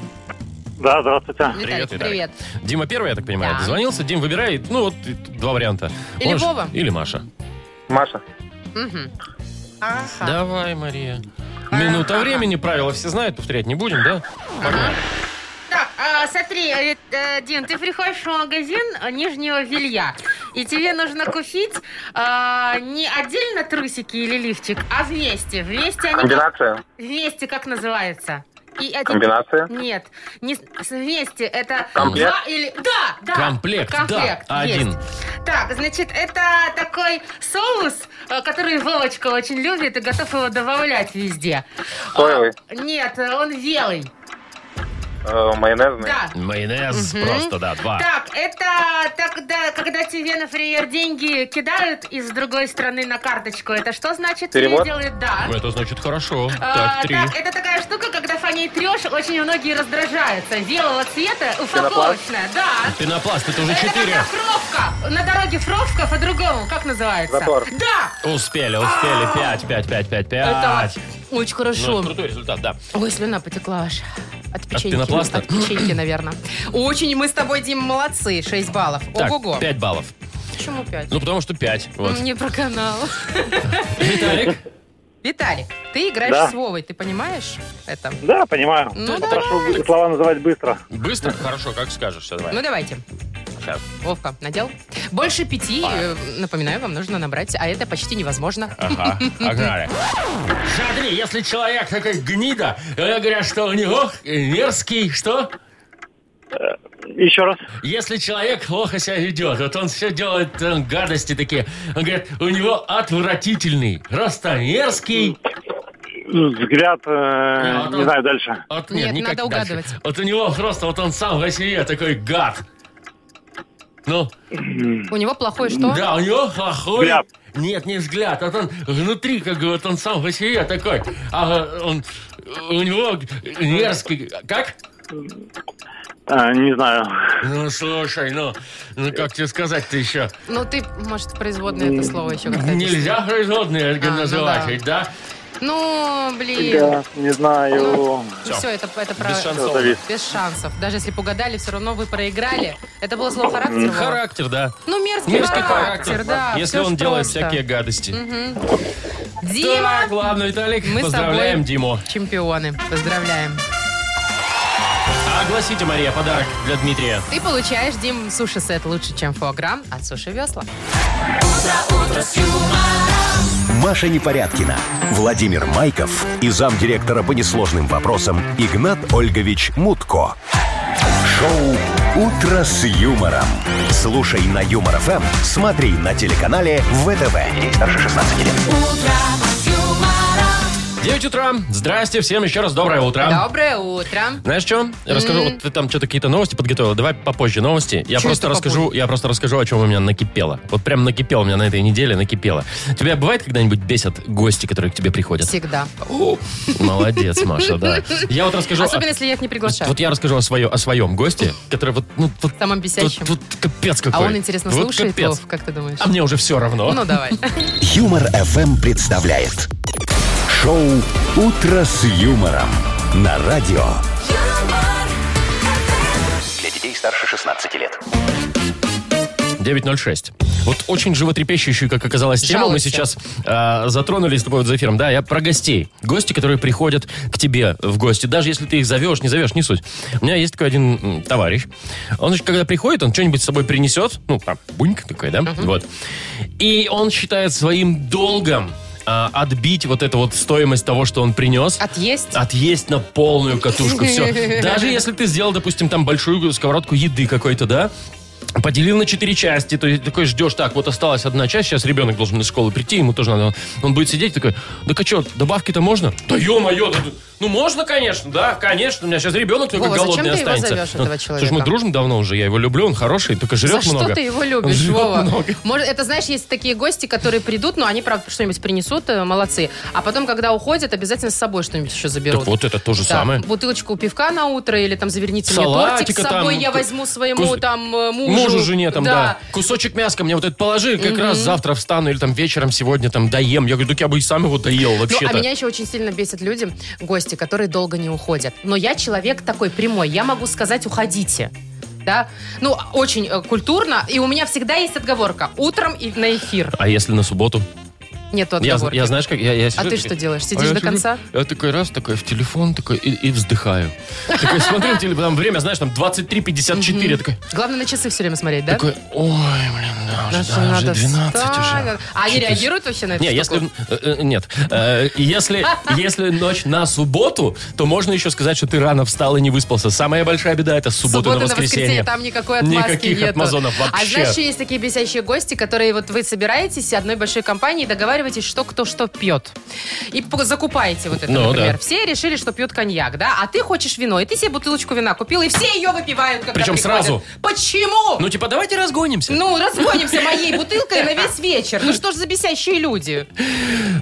Speaker 5: Да, здравствуйте.
Speaker 3: Виталий,
Speaker 2: Привет, Виталий.
Speaker 3: привет.
Speaker 2: Дима первый, я так понимаю,
Speaker 3: Да.
Speaker 2: дозвонился. Дим, выбирай, ну вот и два варианта.
Speaker 3: Или Вова.
Speaker 2: Или Маша.
Speaker 5: Маша.
Speaker 3: Мгм. Ага.
Speaker 2: Давай, Мария. Минута времени, правила все знают, повторять не будем, да?
Speaker 7: Так, а, смотри, э, э, Дим, ты приходишь в магазин э, нижнего белья, и тебе нужно купить а, не отдельно трусики или лифчик, а вместе. Вместе они...
Speaker 5: Комбинация.
Speaker 7: Вместе как называется? И это-
Speaker 5: Комбинация.
Speaker 7: Нет, не с- с- вместе, это...
Speaker 5: Комплект?
Speaker 7: два или... Да, да.
Speaker 2: Комплект, да,
Speaker 7: Комплект, есть.
Speaker 2: один.
Speaker 7: Так, значит, это такой соус, э, который Вовочка очень любит и готов его добавлять везде.
Speaker 5: Соевый.
Speaker 7: Нет, э, он белый.
Speaker 5: э, Майонезный.
Speaker 7: Да.
Speaker 2: Майонез просто, да, два.
Speaker 7: Так, это тогда, когда тебе, например, деньги кидают из другой страны на карточку. Это что значит? тебе
Speaker 5: Перевод?
Speaker 7: делают, да.
Speaker 2: Это значит хорошо.
Speaker 7: А,
Speaker 2: так, три.
Speaker 3: э,
Speaker 7: так, это такая штука, когда фоней трешь, очень многие раздражаются. Белого цвета, упаковочная, да.
Speaker 2: Пенопласт, это уже
Speaker 7: это
Speaker 2: четыре.
Speaker 7: когда фровка. На дороге фровка по-другому, как называется?
Speaker 5: Затор.
Speaker 7: Да!
Speaker 2: Успели, успели. Пять, пять, пять, пять, пять.
Speaker 3: Это очень
Speaker 2: Ну, это А
Speaker 3: хорошо.
Speaker 2: крутой результат, да.
Speaker 3: Ой, слюна потекла аж. От печеньки.
Speaker 2: пенопласта?
Speaker 3: От печеньки, наверное. Очень мы с тобой, Дим, молодцы. 6 баллов. Ого-го.
Speaker 2: Так, пять баллов.
Speaker 3: Почему 5?
Speaker 2: Ну, потому что пять. Вот.
Speaker 3: Не про канал.
Speaker 2: Виталик,
Speaker 3: Виталик, ты играешь
Speaker 5: Да.
Speaker 3: с Вовой, ты понимаешь это?
Speaker 5: Да, понимаю.
Speaker 3: Ну,
Speaker 5: Прошу слова называть быстро.
Speaker 2: быстро? Хорошо, как скажешь. Все, давай.
Speaker 3: Ну давайте.
Speaker 2: Сейчас.
Speaker 3: Вовка, надел? Больше пяти, э, напоминаю, вам нужно набрать, а это почти невозможно.
Speaker 2: Ага, погнали. Смотри, если человек такой гнида, э, говорят, что у него э, мерзкий, что?
Speaker 5: Еще раз.
Speaker 2: Если человек плохо себя ведет, вот он все делает э, гадости такие, он говорит, у него отвратительный, просто мерзкий.
Speaker 5: Взгляд, э,
Speaker 2: вот
Speaker 5: не
Speaker 2: он-
Speaker 5: знаю, дальше.
Speaker 2: Вот,
Speaker 3: Нет,
Speaker 2: никак
Speaker 3: надо
Speaker 2: дальше.
Speaker 3: угадывать.
Speaker 2: Вот у него просто, вот он сам в себе такой гад. Ну,
Speaker 3: У него плохое что?
Speaker 2: да, у него плохой...
Speaker 5: Взгляд.
Speaker 2: Нет, не взгляд, вот он внутри, как бы, вот он сам в себе такой, а э, он, у него мерзкий, как?
Speaker 5: Э, не знаю.
Speaker 2: Ну, слушай, ну, ну как тебе сказать-то еще?
Speaker 3: Ну ты, может, производное это слово еще как-то
Speaker 2: Нельзя производные
Speaker 3: ну
Speaker 2: называть,
Speaker 3: да.
Speaker 2: ведь, да?
Speaker 3: Ну, блин.
Speaker 5: Я не знаю.
Speaker 3: Все, это, это про...
Speaker 2: шансов.
Speaker 5: Всё, завис.
Speaker 3: Без шансов. Даже если пугадали, все равно вы проиграли. Это было слово характер? Вова?
Speaker 2: Характер, да.
Speaker 3: Ну, мерзкий,
Speaker 2: Мерзкий
Speaker 3: характер,
Speaker 2: характер,
Speaker 3: да.
Speaker 2: если
Speaker 3: всё ж
Speaker 2: он делает
Speaker 3: просто.
Speaker 2: всякие гадости.
Speaker 3: Дима,
Speaker 2: Так, ладно, Виталик,
Speaker 3: Мы с
Speaker 2: поздравляем
Speaker 3: тобой.
Speaker 2: Диму.
Speaker 3: чемпионы. Поздравляем.
Speaker 2: Огласите, Мария, подарок для Дмитрия.
Speaker 3: Ты получаешь, Дим, суши-сет лучше, чем фуаграм от суши-весла.
Speaker 1: Маша Непорядкина, Владимир Майков и замдиректора по несложным вопросам Игнат Ольгович Мутко. Шоу «Утро с юмором». Слушай на Юмор ФМ, смотри на телеканале ВТВ. Ей старше 16 лет.
Speaker 2: 9 утра. Здрасте, всем еще раз доброе утро.
Speaker 3: Доброе утро.
Speaker 2: Знаешь что? Я расскажу. Вот ты там что-то какие-то новости подготовила. Давай попозже новости. Я
Speaker 3: Чё
Speaker 2: просто
Speaker 3: это
Speaker 2: расскажу. Я просто расскажу, о чем у меня накипело. Вот прям накипело у меня на этой неделе накипело. Тебя бывает когда-нибудь бесят гости, которые к тебе приходят?
Speaker 3: Всегда.
Speaker 2: О, Молодец, Маша, да. Я вот расскажу. о-
Speaker 3: Особенно, если я их не приглашаю.
Speaker 2: Вот я расскажу о, свое, о своем госте, который вот... Ну, вот
Speaker 3: Самом бесящем.
Speaker 2: Вот, вот капец какой.
Speaker 3: а он, интересно,
Speaker 2: Вот
Speaker 3: слушает,
Speaker 2: капец.
Speaker 3: Вов, как ты думаешь?
Speaker 2: А мне уже все равно.
Speaker 3: Ну, давай.
Speaker 1: Юмор ФМ представляет. Шоу «Утро с юмором» на радио.
Speaker 6: юмор,
Speaker 4: Для детей старше 16 лет.
Speaker 2: 9.06. Вот очень животрепещущую, как оказалось, тему мы
Speaker 3: Жалуйся.
Speaker 2: сейчас э, затронули с тобой вот за эфиром. Да, я про гостей. Гости, которые приходят к тебе в гости. Даже если ты их зовешь, не зовешь, не суть. У меня есть такой один м, товарищ. Он, значит, когда приходит, он что-нибудь с собой принесет. Ну, там, бунька такой, да? Вот. И он считает своим долгом а, отбить вот эту вот стоимость того, что он принес.
Speaker 3: Отъесть?
Speaker 2: Отъесть на полную катушку, все. Даже если ты сделал, допустим, там большую сковородку еды какой-то, да, Поделил на четыре части, то есть такой ждешь, так, вот осталась одна часть, сейчас ребенок должен из школы прийти, ему тоже надо, он будет сидеть такой, да а что, добавки-то можно? Да ё-моё, да- ну можно, конечно, да, конечно, у меня сейчас ребенок только
Speaker 3: Вова, зачем
Speaker 2: голодный
Speaker 3: ты его
Speaker 2: останется.
Speaker 3: зовёшь,
Speaker 2: Ну,
Speaker 3: этого
Speaker 2: слушай,
Speaker 3: человека?
Speaker 2: мы дружим давно уже, я его люблю, он хороший, только
Speaker 3: За
Speaker 2: жрет много.
Speaker 3: что ты его
Speaker 2: Он
Speaker 3: любишь,
Speaker 2: жрет
Speaker 3: Вова?
Speaker 2: много.
Speaker 3: Может, это, знаешь, есть такие гости, которые придут, но они, правда, что-нибудь принесут, э, молодцы. А потом, когда уходят, обязательно с собой что-нибудь еще заберут.
Speaker 2: Так вот это то же
Speaker 3: Да,
Speaker 2: самое.
Speaker 3: Бутылочку пивка на утро или там заверните мне тортик
Speaker 2: Салатика
Speaker 3: с собой,
Speaker 2: там,
Speaker 3: я
Speaker 2: ку-
Speaker 3: возьму своему
Speaker 2: кус-
Speaker 3: там э, мужу.
Speaker 2: Мужу, жене там, да. Кусочек мяска мне вот это положи, как раз завтра встану или там вечером сегодня там доем. Я говорю, так я бы и сам его доел
Speaker 3: Ну,
Speaker 2: вообще-то.
Speaker 3: а меня еще очень сильно бесят люди, гости, которые долго не уходят. Но я человек такой прямой, я могу сказать «уходите». Да? Ну, очень э, культурно. И у меня всегда есть отговорка. Утром и на эфир.
Speaker 2: А если на субботу?
Speaker 3: Нету
Speaker 2: Я,
Speaker 3: отговорки.
Speaker 2: я знаешь, как я, я сижу
Speaker 3: ты
Speaker 2: такой,
Speaker 3: что делаешь?
Speaker 2: а
Speaker 3: Сидишь
Speaker 2: я
Speaker 3: до
Speaker 2: сижу,
Speaker 3: конца?
Speaker 2: Я такой раз, такой в телефон, такой и, и вздыхаю. Такой смотрю, в теле- там время, знаешь, там 23.54. Я Такой,
Speaker 3: Главное на часы все время смотреть, да?
Speaker 2: такой, ой, блин, да, уже,
Speaker 3: Что
Speaker 2: да, уже
Speaker 3: надо
Speaker 2: 12
Speaker 3: встать,
Speaker 2: уже.
Speaker 3: надо- А они
Speaker 2: Что-то-
Speaker 3: реагируют вообще на это?
Speaker 2: Не, если... э, э, Нет. Э, Если, если ночь на субботу, то можно еще сказать, что ты рано встал и не выспался. Самая большая беда — это суббота,
Speaker 3: Суббота
Speaker 2: на воскресенье.
Speaker 3: там никакой отмазки
Speaker 2: Никаких
Speaker 3: нету.
Speaker 2: отмазонов вообще.
Speaker 3: А знаешь, еще есть такие бесящие гости, которые вот вы собираетесь одной большой компанией, договариваетесь, что кто что пьет. И п- закупаете вот это,
Speaker 2: Ну,
Speaker 3: например.
Speaker 2: да.
Speaker 3: Все решили, что пьют коньяк, да? А ты хочешь вино, и ты себе бутылочку вина купил, и все ее выпивают, когда
Speaker 2: Причем
Speaker 3: приходят.
Speaker 2: сразу.
Speaker 3: Почему?
Speaker 2: Ну, типа, давайте разгонимся.
Speaker 3: Ну, разгонимся моей бутылкой на весь вечер. Ну что ж за бесящие люди?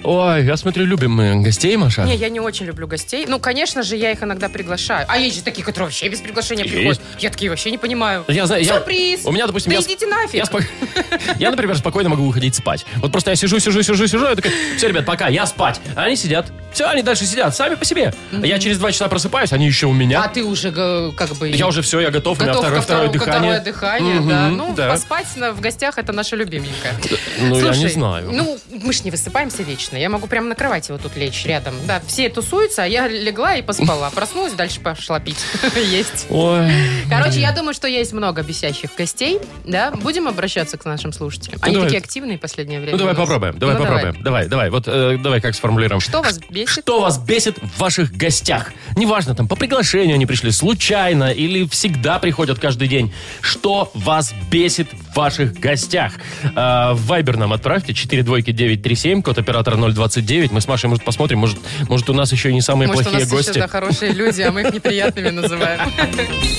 Speaker 2: Ой, я смотрю, любим мы гостей, Маша.
Speaker 3: Не, я не очень люблю гостей. Ну, конечно же, я их иногда приглашаю. А есть же такие, которые вообще без приглашения
Speaker 2: Есть.
Speaker 3: приходят. Я такие вообще не понимаю.
Speaker 2: Я знаю, я-
Speaker 3: Сюрприз!
Speaker 2: у меня, допустим,
Speaker 3: да
Speaker 2: я с-
Speaker 3: идите нафиг.
Speaker 2: Я, спо- я, например, спокойно могу выходить спать. Вот просто я сижу, сижу, сижу, сижу, я такой, все, ребят, пока, я спать. А они сидят. Все, они дальше сидят, сами по себе. А Я через два часа просыпаюсь, они еще у
Speaker 3: А
Speaker 2: меня.
Speaker 3: ты уже г- как бы...
Speaker 2: Я уже все, я готов, у меня
Speaker 3: Готов
Speaker 2: второе,
Speaker 3: ко
Speaker 2: второе
Speaker 3: второму- ко
Speaker 2: дыхание.
Speaker 3: второе дыхание,
Speaker 2: Мгм,
Speaker 3: да. Ну,
Speaker 2: да.
Speaker 3: поспать на- в гостях это наша любименькая.
Speaker 2: Ну, я
Speaker 3: Слушай,
Speaker 2: не знаю.
Speaker 3: Ну, мы ж не высыпаемся вечно. Я могу прямо на кровати вот тут лечь рядом. Да, все тусуются, а я легла и поспала. Проснулась, дальше пошла пить. Есть.
Speaker 2: Ой.
Speaker 3: Короче, я думаю, что есть много бесящих гостей, да? Будем обращаться к нашим слушателям. Они
Speaker 2: Ну, давай.
Speaker 3: такие активные в последнее время.
Speaker 2: Ну, давай
Speaker 3: у нас.
Speaker 2: попробуем, давай
Speaker 3: Ну,
Speaker 2: попробуем. Давай, давай, вот э, давай как сформулируем.
Speaker 3: Что вас бесит?
Speaker 2: Что вас бесит в ваших гостях? Неважно, там по приглашению они пришли случайно или всегда приходят каждый день. Что вас бесит в ваших гостях? Э, В Viber нам отправьте 4 двойки 937, код оператора 029. Мы с Машей, может, посмотрим, может, может у нас еще и не самые
Speaker 3: Может, у
Speaker 2: плохие
Speaker 3: нас
Speaker 2: гости.
Speaker 3: еще да, хорошие люди, а мы их неприятными называем.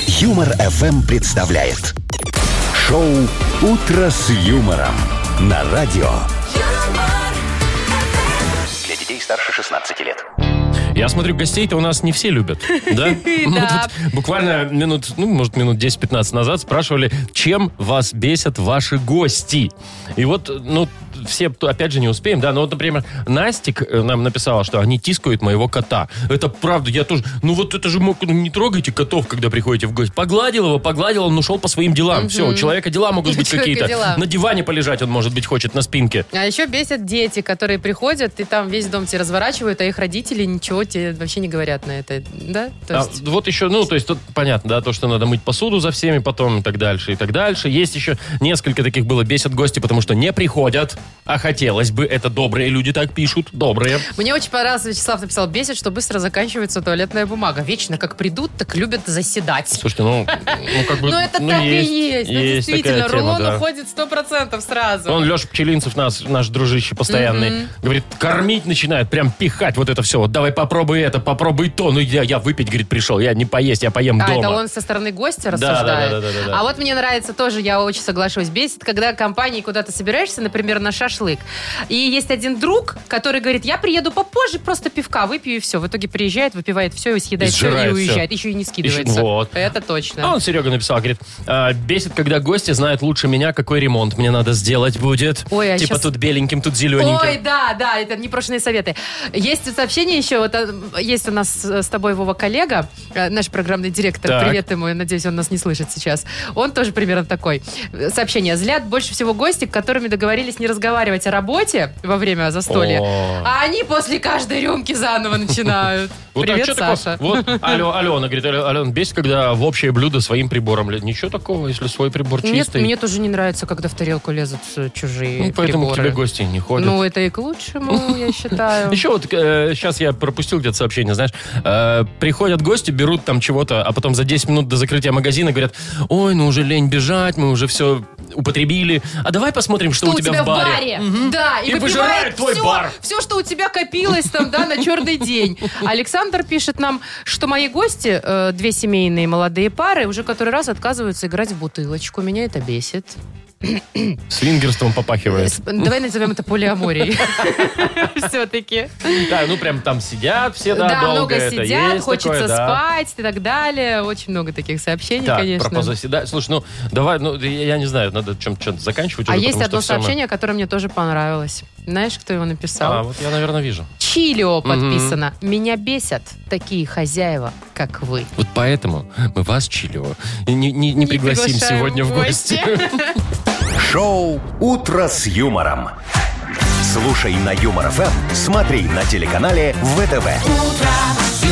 Speaker 1: Юмор ФМ представляет. Шоу «Утро с юмором» на радио.
Speaker 6: юмор,
Speaker 4: Для детей старше 16 лет.
Speaker 2: Я Я смотрю, гостей-то у нас не все любят, да? Мы
Speaker 3: Да.
Speaker 2: тут Буквально минут, ну, может, минут 10-15 назад спрашивали, чем вас бесят ваши гости? И вот, ну, все, т- опять же, не успеем, да, но вот, например, Настик э, нам написала, что они тискают моего кота. Это правда, я тоже, ну вот это же мог, ну, не трогайте котов, когда приходите в гости. Погладил его, погладил, он ушел по своим делам. Все, у человека дела могут
Speaker 3: У
Speaker 2: быть
Speaker 3: человека
Speaker 2: какие-то.
Speaker 3: дела.
Speaker 2: На диване полежать он, может быть, хочет, на спинке.
Speaker 3: А еще бесят дети, которые приходят, и там весь дом тебе разворачивают, а их родители ничего тебе вообще не говорят на это. Да? То
Speaker 2: А,
Speaker 3: есть...
Speaker 2: вот еще, ну, то есть тут понятно, да, то, что надо мыть посуду за всеми потом и так дальше, и так дальше. Есть еще несколько таких было, бесят гости, потому что не приходят, а хотелось бы, это добрые люди так пишут, добрые.
Speaker 3: Мне очень понравилось, Вячеслав написал, бесит, что быстро заканчивается туалетная бумага. Вечно, как придут, так любят заседать.
Speaker 2: Слушайте, ну, ну как бы...
Speaker 3: Ну, это так и есть. Ну,
Speaker 2: есть
Speaker 3: действительно,
Speaker 2: такая тема,
Speaker 3: рулон
Speaker 2: да.
Speaker 3: уходит сто процентов сразу.
Speaker 2: Он, Леша Пчелинцев, нас, наш дружище постоянный, говорит, кормить начинает, прям пихать вот это все. Вот давай попробуй это, попробуй то. Ну, я, я выпить, говорит, пришел, я не поесть, я поем
Speaker 3: А,
Speaker 2: дома.
Speaker 3: это он со стороны
Speaker 2: Да,
Speaker 3: гостя рассуждает.
Speaker 2: да, да, да, да, да.
Speaker 3: А вот мне нравится тоже, я очень соглашусь, бесит, когда компанией куда-то собираешься, например, на шашлык. И есть один друг, который говорит, я приеду попозже, просто пивка выпью и все. В итоге приезжает, выпивает все, и съедает
Speaker 2: И
Speaker 3: все, и
Speaker 2: сжирает всё.
Speaker 3: уезжает. Еще и не скидывается.
Speaker 2: вот.
Speaker 3: Это точно.
Speaker 2: А он Серега написал, говорит, «А, бесит, когда гости знают лучше меня, какой ремонт мне надо сделать будет.
Speaker 3: Ой, а
Speaker 2: типа
Speaker 3: щас-
Speaker 2: тут беленьким, тут
Speaker 3: Ой,
Speaker 2: зелененьким.
Speaker 3: да, да, это непрошенные советы. Есть сообщение еще, вот э, есть у нас э, с тобой Вова коллега, э, наш программный директор,
Speaker 2: Так.
Speaker 3: привет ему, я надеюсь, он нас не слышит сейчас. Он тоже примерно такой. Э, Сообщение. Злят больше всего гости, которыми договорились не разговаривать о работе во время застолья,
Speaker 2: О.
Speaker 3: а они после каждой рюмки заново начинают.
Speaker 2: Вот так,
Speaker 3: Привет,
Speaker 2: чё такого?
Speaker 3: Саша.
Speaker 2: Вот, алло, Алена говорит, «Алё- Ален, бесит, когда в общее блюдо своим прибором. ле- Ничего такого, если свой прибор
Speaker 3: Нет,
Speaker 2: чистый.
Speaker 3: мне тоже не нравится, когда в тарелку лезут э, чужие
Speaker 2: ну, поэтому к
Speaker 3: приборы.
Speaker 2: тебе гости не ходят.
Speaker 3: Ну, это и к лучшему, я считаю.
Speaker 2: Еще вот сейчас я пропустил где-то сообщение, знаешь, э, приходят гости, берут там чего-то, а потом за 10 минут до закрытия магазина говорят, ой, ну уже лень бежать, мы уже все употребили, а давай посмотрим, что,
Speaker 3: что у тебя в баре.
Speaker 2: Мгм.
Speaker 3: Да, и,
Speaker 2: И выжирают твой
Speaker 3: все,
Speaker 2: бар.
Speaker 3: Все, что у тебя копилось там, да, на черный день. Александр пишет нам, что мои гости, э, две семейные молодые пары, уже который раз отказываются играть в бутылочку. Меня это бесит.
Speaker 2: Свингерством попахивает.
Speaker 3: С- Давай назовем это полиаморией. Все-таки.
Speaker 2: Да, ну прям там сидят все, да,
Speaker 3: Да,
Speaker 2: долго
Speaker 3: много
Speaker 2: это
Speaker 3: сидят,
Speaker 2: есть
Speaker 3: хочется
Speaker 2: такое, да.
Speaker 3: спать и так далее. Очень много таких сообщений,
Speaker 2: Так,
Speaker 3: конечно. А
Speaker 2: про позаседать. Слушай, ну давай, ну я, я не знаю, надо чем чем-то заканчивать.
Speaker 3: А
Speaker 2: уже,
Speaker 3: есть
Speaker 2: потому что
Speaker 3: одно
Speaker 2: все мы-
Speaker 3: сообщение, которое мне тоже понравилось. Знаешь, кто его написал?
Speaker 2: А, вот я, наверное, вижу.
Speaker 3: Чилио подписано. Меня бесят такие хозяева, как вы.
Speaker 2: Вот поэтому мы вас, Чилио, не, не- не пригласим
Speaker 3: приглашаем
Speaker 2: сегодня в
Speaker 3: в
Speaker 2: гости.
Speaker 3: гости.
Speaker 1: Шоу «Утро с юмором». Слушай на Юмор ФМ, смотри на телеканале ВТВ.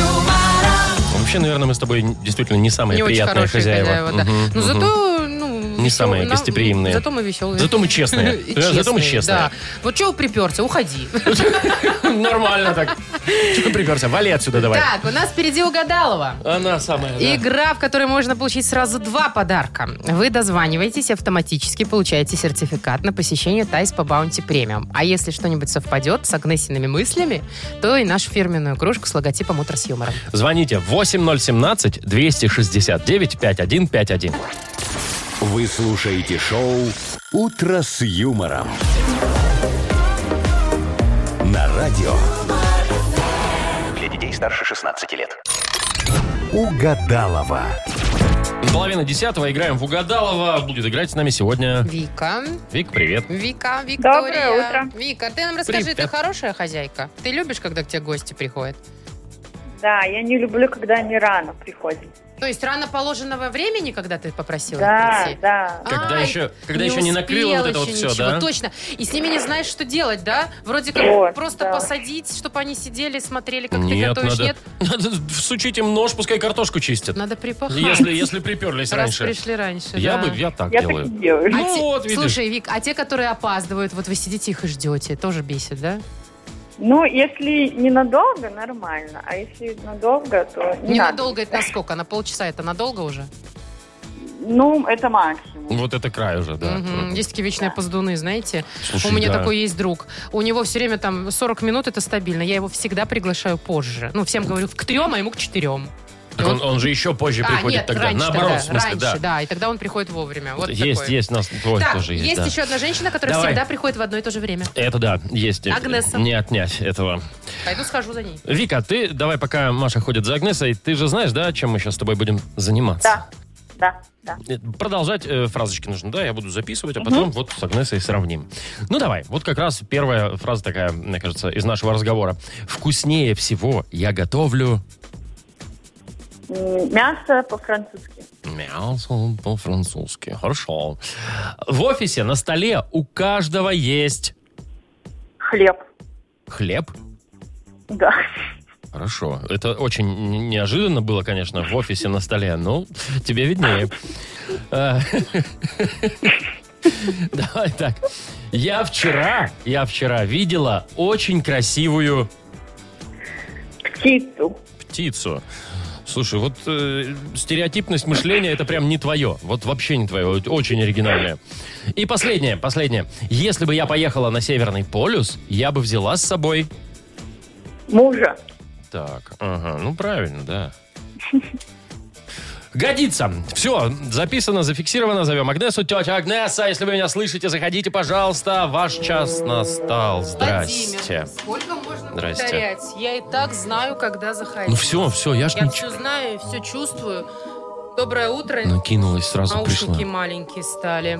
Speaker 2: Вообще, наверное, мы с тобой действительно не самые
Speaker 3: Не очень
Speaker 2: приятные
Speaker 3: хорошие
Speaker 2: хозяева.
Speaker 3: хозяева, да.
Speaker 2: Мгм,
Speaker 3: Но
Speaker 2: мгм.
Speaker 3: зато, ну... весёлые.
Speaker 2: самые
Speaker 3: Нам-
Speaker 2: гостеприимные.
Speaker 3: Зато мы веселые.
Speaker 2: Зато мы честные.
Speaker 3: И
Speaker 2: Да, зато мы честные.
Speaker 3: Да. Вот чего приперся, уходи.
Speaker 2: Нормально так. Чего ты приперся? Вали отсюда давай.
Speaker 3: Так, у нас впереди угадалова.
Speaker 2: Она самая, да.
Speaker 3: Игра, в которой можно получить сразу два подарка. Вы дозваниваетесь и автоматически получаете сертификат на посещение Тайс по Баунти Премиум. А если что-нибудь совпадет с Агнесиными мыслями, то и нашу фирменную кружку с логотипом «Утро с юмором».
Speaker 2: Звоните 8017-269-5151.
Speaker 1: Вы слушаете шоу «Утро с юмором». На радио
Speaker 4: Для детей старше 16 лет.
Speaker 1: «Угадалова».
Speaker 2: Половина десятого. Играем в Угадалова. Будет играть с нами сегодня
Speaker 3: Вика,
Speaker 2: Вик. Привет.
Speaker 3: Вика, Виктория.
Speaker 8: Доброе утро.
Speaker 3: Вика, ты нам расскажи,
Speaker 2: Привет.
Speaker 3: ты хорошая хозяйка? Ты любишь, когда к тебе гости приходят?
Speaker 8: Да, я не люблю, когда они рано приходят.
Speaker 3: То есть рано положенного времени, когда ты попросила их
Speaker 8: Да,
Speaker 3: прийти?
Speaker 8: да.
Speaker 2: Когда
Speaker 3: Ай,
Speaker 2: еще- когда еще не накрыло
Speaker 3: успела
Speaker 2: вот это вот
Speaker 3: еще
Speaker 2: всё,
Speaker 3: ничего,
Speaker 2: да?
Speaker 3: Точно. И с ними не знаешь, что делать, да? Вроде как
Speaker 8: Вот,
Speaker 3: просто
Speaker 8: да.
Speaker 3: посадить, чтобы они сидели, смотрели, как ты
Speaker 2: Нет,
Speaker 3: готовишь.
Speaker 2: надо,
Speaker 3: Нет,
Speaker 2: надо всучить им нож, пускай картошку чистят.
Speaker 3: надо припахать.
Speaker 2: Если, если приперлись
Speaker 3: Раз
Speaker 2: раньше.
Speaker 3: пришли раньше,
Speaker 2: Я
Speaker 3: да.
Speaker 2: бы я так
Speaker 8: Я так
Speaker 2: делаю.
Speaker 8: и делаю.
Speaker 2: Ну
Speaker 3: А те-
Speaker 2: вот, видишь.
Speaker 3: Слушай, Вик, а те, которые опаздывают, вот вы сидите их и ждете, тоже бесит, да?
Speaker 8: Ну, если ненадолго, нормально. А если надолго, то не надо.
Speaker 3: Ненадолго это на сколько? На полчаса это надолго уже?
Speaker 8: Ну, это максимум.
Speaker 2: Вот это край уже, да.
Speaker 3: Мгм. Есть такие вечные поздуны, знаете.
Speaker 2: Слушай,
Speaker 3: У меня
Speaker 2: да.
Speaker 3: такой есть друг. У него все время там 40 минут это стабильно. Я его всегда приглашаю позже. Ну, всем говорю к трем, а ему к четырем.
Speaker 2: Так он, он же еще позже приходит
Speaker 3: А, нет,
Speaker 2: тогда.
Speaker 3: раньше
Speaker 2: Наоборот,
Speaker 3: тогда,
Speaker 2: в смысле,
Speaker 3: раньше,
Speaker 2: да.
Speaker 3: да. И тогда он приходит вовремя. Вот
Speaker 2: есть,
Speaker 3: такой.
Speaker 2: есть, у нас такое
Speaker 3: Так,
Speaker 2: тоже есть.
Speaker 3: есть
Speaker 2: да.
Speaker 3: еще одна женщина, которая
Speaker 2: Давай.
Speaker 3: всегда приходит в одно и то же время.
Speaker 2: Это да, есть.
Speaker 3: Агнеса.
Speaker 2: Не отнять этого.
Speaker 3: Пойду схожу за ней.
Speaker 2: Вика, а ты давай, пока Маша ходит за Агнесой, ты же знаешь, да, чем мы сейчас с тобой будем заниматься?
Speaker 8: Да, да, да.
Speaker 2: Э, Продолжать э, фразочки нужно, да, я буду записывать, а потом вот с Агнесой сравним. Ну давай, вот как раз первая фраза такая, мне кажется, из нашего разговора. Вкуснее всего я готовлю
Speaker 8: М, Мясо по-французски.
Speaker 2: мясо по-французски. Хорошо. В офисе на столе у каждого есть
Speaker 8: Хлеб.
Speaker 2: хлеб.
Speaker 8: Да.
Speaker 2: Хорошо. Это очень не- неожиданно было, конечно, в офисе на столе. Ну, тебе виднее. Э, Давай так. Я вчера, я вчера видела очень красивую
Speaker 8: Птицу.
Speaker 2: птицу. Слушай, вот э, стереотипность мышления это прям не твое. Вот вообще не твое. Вот Очень оригинальное. И последнее, последнее. Если бы я поехала на Северный полюс, я бы взяла с собой...
Speaker 8: Мужа.
Speaker 2: Так, ага, ну правильно, да. Годится. Все, записано, зафиксировано. Зовем Агнесу. Тетя Агнеса, если вы меня слышите, заходите, пожалуйста. Ваш час настал. Здрасте.
Speaker 3: Владимир, сколько можно
Speaker 2: Здрасте.
Speaker 3: повторять? Я и так знаю, когда заходить.
Speaker 2: Ну все, все, я ж
Speaker 3: Я
Speaker 2: ничего.
Speaker 3: все знаю, все чувствую. Доброе утро.
Speaker 2: Накинулась, сразу пришла.
Speaker 3: Наушники маленькие стали.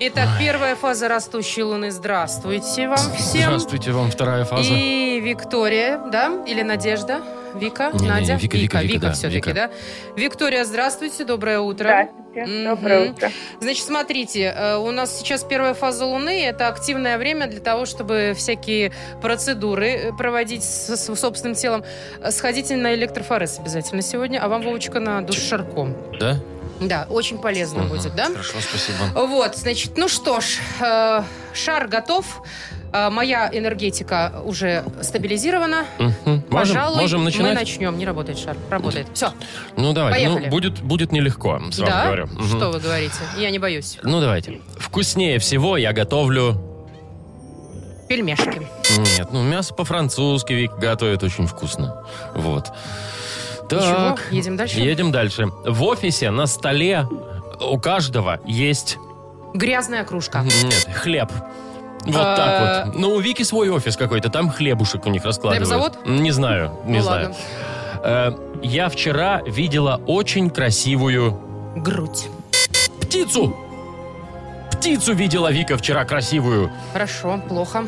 Speaker 3: Итак, первая фаза растущей луны. Здравствуйте вам всем.
Speaker 2: Здравствуйте вам, вторая фаза.
Speaker 3: И Виктория, да? Или Надежда? Вика?
Speaker 2: Не-не-не,
Speaker 3: Надя?
Speaker 2: Вика, Вика, Вика, да,
Speaker 3: все-таки,
Speaker 2: Вика.
Speaker 3: да? Виктория, здравствуйте, доброе утро.
Speaker 8: Здравствуйте. Доброе
Speaker 3: Мгм.
Speaker 8: утро.
Speaker 3: Значит, смотрите, э, у нас сейчас первая фаза Луны. Это активное время для того, чтобы всякие процедуры э, проводить со, со- собственным телом. Э, Сходите на электрофорез обязательно сегодня, а вам, Вовочка, на душ с шарком.
Speaker 2: Да?
Speaker 3: Да, очень полезно
Speaker 2: Мгм.
Speaker 3: будет, да?
Speaker 2: Хорошо, спасибо.
Speaker 3: Вот, значит, ну что ж, э, шар готов. Э, Моя энергетика уже стабилизирована.
Speaker 2: Мгм. Можем,
Speaker 3: Пожалуй,
Speaker 2: можем
Speaker 3: мы
Speaker 2: начинать?
Speaker 3: начнем. Не работает шар, работает. Все,
Speaker 2: Ну, давай.
Speaker 3: Поехали.
Speaker 2: Ну, будет, будет нелегко, сразу
Speaker 3: да?
Speaker 2: говорю. Мгм.
Speaker 3: Что вы говорите? Я не боюсь.
Speaker 2: Ну, давайте. Вкуснее всего я готовлю...
Speaker 3: Пельмешки.
Speaker 2: Нет, ну мясо по-французски Вик готовит очень вкусно. Вот. Так,
Speaker 3: Ничего, едем дальше?
Speaker 2: едем дальше. В офисе на столе у каждого есть...
Speaker 3: Грязная кружка.
Speaker 2: Нет, хлеб. Вот
Speaker 3: Э,
Speaker 2: так вот. Ну, у Вики свой офис какой-то, там хлебушек у них раскладывают.
Speaker 3: Хлебзавод?
Speaker 2: Не знаю, не
Speaker 3: Ну,
Speaker 2: знаю. Э, Я вчера видела очень красивую
Speaker 3: ладно. Грудь.
Speaker 2: птицу. Птицу видела Вика вчера красивую.
Speaker 3: Хорошо, плохо.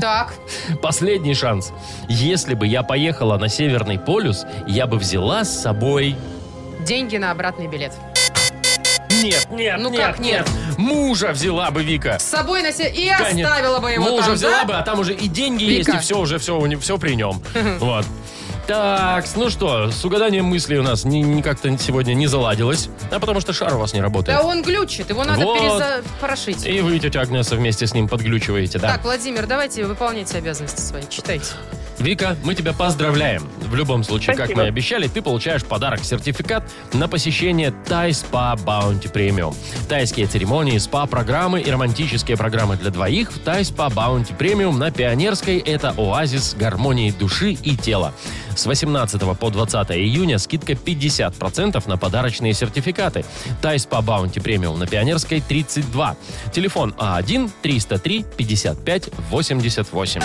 Speaker 3: Так,
Speaker 2: Последний шанс. Если бы я поехала на Северный полюс, я бы взяла с собой...
Speaker 3: деньги на обратный билет.
Speaker 2: Нет, нет,
Speaker 3: Ну
Speaker 2: нет,
Speaker 3: как нет?
Speaker 2: Мужа взяла бы Вика.
Speaker 3: С собой на се- и
Speaker 2: Конечно.
Speaker 3: оставила бы его
Speaker 2: Мужа
Speaker 3: там,
Speaker 2: взяла
Speaker 3: да?
Speaker 2: бы, а там уже и деньги есть,
Speaker 3: Вика.
Speaker 2: и все уже, все, у него, все при нем. Вот. Так, ну что, с угаданием мыслей у нас ни, ни как-то сегодня не заладилось. А потому что шар у вас не работает.
Speaker 3: Да он глючит, его надо
Speaker 2: Вот.
Speaker 3: перезапорошить.
Speaker 2: И вы, тетя Агнеса, вместе с ним подглючиваете, да?
Speaker 3: Так, Владимир, давайте выполняйте обязанности свои. Читайте.
Speaker 2: Вика, мы тебя поздравляем. В любом случае, как
Speaker 8: Спасибо.
Speaker 2: мы и обещали, ты получаешь подарок сертификат на посещение Тай Спа Баунти Премиум. Тайские церемонии, спа-программы и романтические программы для двоих в Тай Спа Баунти Премиум на Пионерской – это оазис гармонии души и тела. С 18 по 20 июня скидка 50% на подарочные сертификаты. Тай Спа Баунти Премиум на Пионерской 32. Телефон А А1-303-55-88.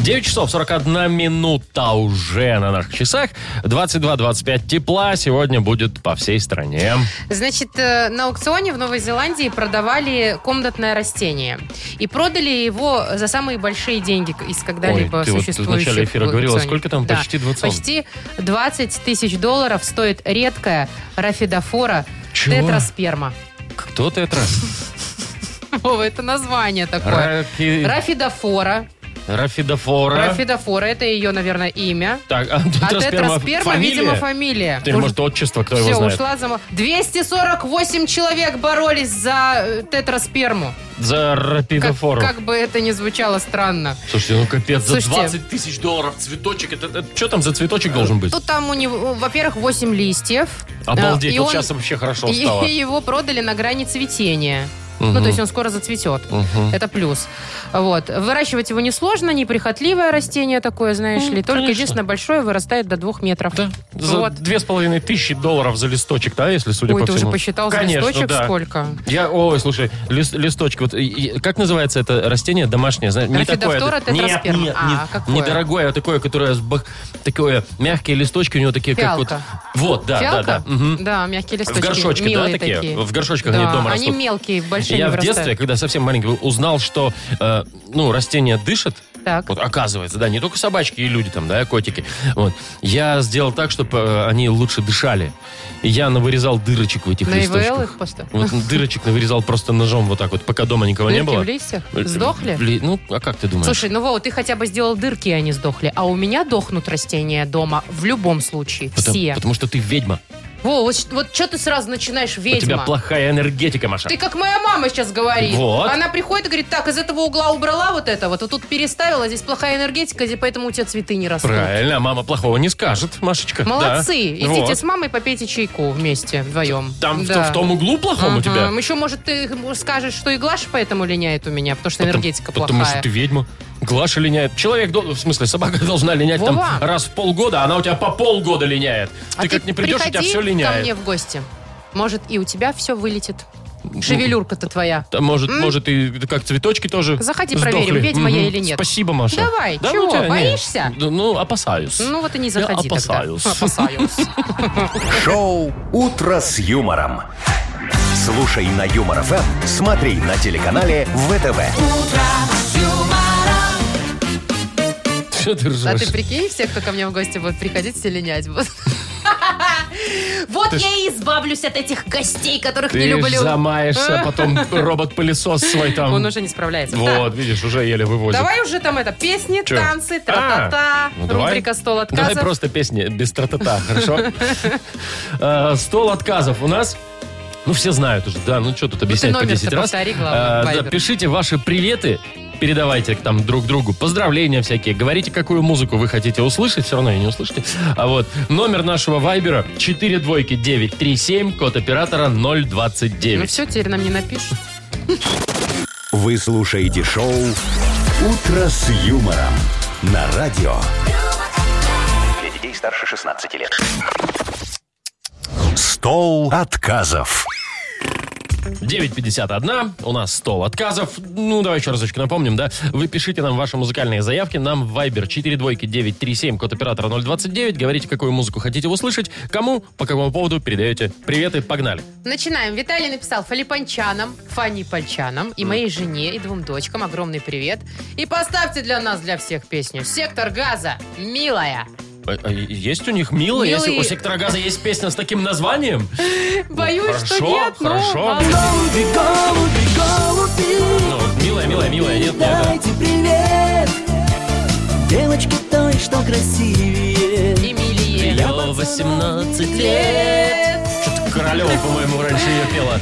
Speaker 2: 9 часов 41 минута уже на наших часах. 22-25 тепла сегодня будет по всей стране.
Speaker 3: Значит, э, на аукционе в Новой Зеландии продавали комнатное растение. И продали его за самые большие деньги к- из когда-либо
Speaker 2: Ой, ты вот в
Speaker 3: существующих.
Speaker 2: начале эфира говорила,
Speaker 3: аукционе.
Speaker 2: сколько там?
Speaker 3: Да.
Speaker 2: Почти 20.
Speaker 3: Почти 20 тысяч долларов стоит редкая рафидофора
Speaker 2: Чего?
Speaker 3: тетрасперма.
Speaker 2: Кто ты это?
Speaker 3: Вова, это название такое.
Speaker 2: Раки-
Speaker 3: Рафидофора
Speaker 2: Рафидофора.
Speaker 3: Профидофора, это ее, наверное, имя.
Speaker 2: Так, а
Speaker 3: А
Speaker 2: тетрасперма
Speaker 3: тетрасперма, видимо, фамилия.
Speaker 2: Теперь, может, отчество, кто его
Speaker 3: Все,
Speaker 2: знает.
Speaker 3: ушла за... 248 человек боролись за э, тетрасперму.
Speaker 2: За
Speaker 3: Как,
Speaker 2: рапидофору.
Speaker 3: как бы это ни звучало странно.
Speaker 2: Слушайте, ну капец,
Speaker 3: Слушайте. Э,
Speaker 2: за 20 тысяч долларов цветочек. Это, что там за цветочек должен быть?
Speaker 3: Тут там у него, во-первых, 8 листьев.
Speaker 2: Обалдеть,
Speaker 3: Э, и
Speaker 2: вот
Speaker 3: он-
Speaker 2: сейчас вообще хорошо
Speaker 3: И
Speaker 2: стало.
Speaker 3: его продали на грани цветения. Ну, то есть он э, скоро зацветет. Это плюс. Вот. Выращивать его несложно, неприхотливое растение такое, знаешь
Speaker 2: Ну,
Speaker 3: ли. Только
Speaker 2: конечно.
Speaker 3: единственное большое вырастает до двух метров.
Speaker 2: Да, за
Speaker 3: Вот.
Speaker 2: две с половиной тысячи долларов за листочек, да, если судя
Speaker 3: Ой,
Speaker 2: по
Speaker 3: ты
Speaker 2: всему.
Speaker 3: уже посчитал за
Speaker 2: Конечно,
Speaker 3: листочек
Speaker 2: да.
Speaker 3: сколько?
Speaker 2: Я, ой, слушай, лис- листочки, вот и- и- как называется это растение домашнее? Зна- Не такое,
Speaker 3: Рафидофтора
Speaker 2: это- нет, нет,
Speaker 3: тетрасперма.
Speaker 2: нет,
Speaker 3: А, какое?
Speaker 2: недорогое, а такое, которое с бак- такое мягкие листочки у него такие, как
Speaker 3: Фиалка.
Speaker 2: вот, вот, да,
Speaker 3: Фиалка?
Speaker 2: да, да, мгм.
Speaker 3: Да, мягкие листочки.
Speaker 2: В горшочке, да,
Speaker 3: милые
Speaker 2: такие? В горшочках
Speaker 3: Да,
Speaker 2: они дома
Speaker 3: они
Speaker 2: растут.
Speaker 3: мелкие, большие
Speaker 2: Я в
Speaker 3: не вырастают.
Speaker 2: детстве, когда совсем маленький был, узнал, что э, ну растение дышит.
Speaker 3: Так.
Speaker 2: Вот оказывается, да, не только собачки и люди там, да, котики. Вот я сделал так, чтобы они лучше дышали. И я навырезал дырочек в этих
Speaker 3: На
Speaker 2: листочках.
Speaker 3: ИВЛ их просто.
Speaker 2: Вот дырочек навырезал просто ножом вот так вот, пока дома никого не
Speaker 3: Дырки
Speaker 2: было.
Speaker 3: в листьях?
Speaker 2: Э,
Speaker 3: Сдохли?
Speaker 2: в ли- Ну, а как ты думаешь?
Speaker 3: Слушай, ну Вова, ты хотя бы сделал дырки, и они сдохли. А у меня дохнут растения дома в любом случае.
Speaker 2: потому,
Speaker 3: Все.
Speaker 2: потому что ты ведьма.
Speaker 3: Во, вот, что ты сразу начинаешь ведьма?
Speaker 2: У тебя плохая энергетика, Маша.
Speaker 3: Ты как моя мама сейчас говорит.
Speaker 2: Вот.
Speaker 3: Она приходит и говорит, так, из этого угла убрала вот это вот, а тут переставила, здесь плохая энергетика, здесь поэтому у тебя цветы не растут.
Speaker 2: Правильно, а мама плохого не скажет, Машечка.
Speaker 3: Молодцы.
Speaker 2: Да. Ну
Speaker 3: Идите
Speaker 2: Вот.
Speaker 3: с мамой попейте чайку вместе, вдвоем.
Speaker 2: Там в-
Speaker 3: Да.
Speaker 2: в, том углу плохом у
Speaker 3: Ага.
Speaker 2: тебя.
Speaker 3: Еще, может, ты скажешь, что и Глаша поэтому линяет у меня, потому что
Speaker 2: Потом-
Speaker 3: энергетика
Speaker 2: потому,
Speaker 3: плохая.
Speaker 2: что ты ведьма. Глаша линяет. Человек, дол- в смысле, собака должна линять
Speaker 3: Вова.
Speaker 2: там раз в полгода, а она у тебя по полгода линяет.
Speaker 3: А
Speaker 2: ты, как не придешь, у тебя
Speaker 3: приходи
Speaker 2: все
Speaker 3: ко
Speaker 2: линяет.
Speaker 3: мне в гости. Может, и у тебя все вылетит. Шевелюрка-то твоя.
Speaker 2: Там, Может,
Speaker 3: М?
Speaker 2: может, и как цветочки тоже
Speaker 3: Заходи,
Speaker 2: сдохли.
Speaker 3: проверим, ведьма я
Speaker 2: Мгм.
Speaker 3: или нет.
Speaker 2: Спасибо, Маша.
Speaker 3: Давай,
Speaker 2: Да
Speaker 3: чего,
Speaker 2: ну тебя, не.
Speaker 3: боишься?
Speaker 2: Да, Ну, опасаюсь.
Speaker 3: Ну вот и не
Speaker 2: Я
Speaker 3: заходи тогда.
Speaker 2: опасаюсь.
Speaker 3: Опасаюсь. А
Speaker 1: Шоу «Утро с юмором». Слушай на Юмор ФМ, смотри на телеканале ВТВ.
Speaker 2: Что ты
Speaker 3: А
Speaker 2: ржешь?
Speaker 3: ты прикинь, все, кто ко мне в гости будут приходить, все линять будут. Вот я и избавлюсь от этих гостей, которых не
Speaker 2: Ты ж
Speaker 3: люблю.
Speaker 2: замаешься, а потом робот-пылесос свой там.
Speaker 3: Он уже не справляется.
Speaker 2: Вот, видишь, уже еле вывозит.
Speaker 3: Давай уже там это, песни,
Speaker 2: Чё?
Speaker 3: танцы, тра-та-та,
Speaker 2: А, ну давай.
Speaker 3: рубрика «Стол
Speaker 2: Давай
Speaker 3: отказов».
Speaker 2: просто песни без тра-та-та, хорошо? Э, Стол отказов у нас. Ну, все знают уже, да, ну что тут объяснять по
Speaker 3: номер-то
Speaker 2: 10 раз.
Speaker 3: повтори, главное,
Speaker 2: Э,
Speaker 3: в
Speaker 2: да,
Speaker 3: Viber.
Speaker 2: Пишите ваши приветы, передавайте там друг другу поздравления всякие, говорите, какую музыку вы хотите услышать, все равно и не услышите. А вот номер нашего вайбера 4 двойки 937, код оператора
Speaker 3: Ну
Speaker 2: 029.
Speaker 3: все, теперь нам не напишут.
Speaker 1: Вы слушаете шоу «Утро с юмором» на радио.
Speaker 4: Для детей старше 16 лет.
Speaker 1: Стол отказов.
Speaker 2: 9.51, у нас стол отказов. Ну, давай еще разочек напомним, да. Вы пишите нам ваши музыкальные заявки, нам в Viber 42937, код оператора 029. Говорите, какую музыку хотите услышать, кому, по какому поводу передаете приветы, погнали.
Speaker 3: Начинаем. Виталий написал фалипанчанам, фанипанчанам и моей жене и двум дочкам огромный привет. И поставьте для нас, для всех песню «Сектор газа, милая».
Speaker 2: А- а есть у них милая?
Speaker 3: Милые.
Speaker 2: Если у сектора газа есть песня с таким названием?
Speaker 3: Боюсь, что
Speaker 2: хорошо,
Speaker 3: нет, ну, но
Speaker 2: хорошо.
Speaker 3: мало ли.
Speaker 6: Голуби, голуби, голуби,
Speaker 2: Ну, вот милая, милая, милая, нет, нет. да.
Speaker 6: дайте привет. Девочки той, что красивее.
Speaker 3: и милее.
Speaker 2: Ее 18 лет. Что-то Королева, по-моему, раньше ее пела.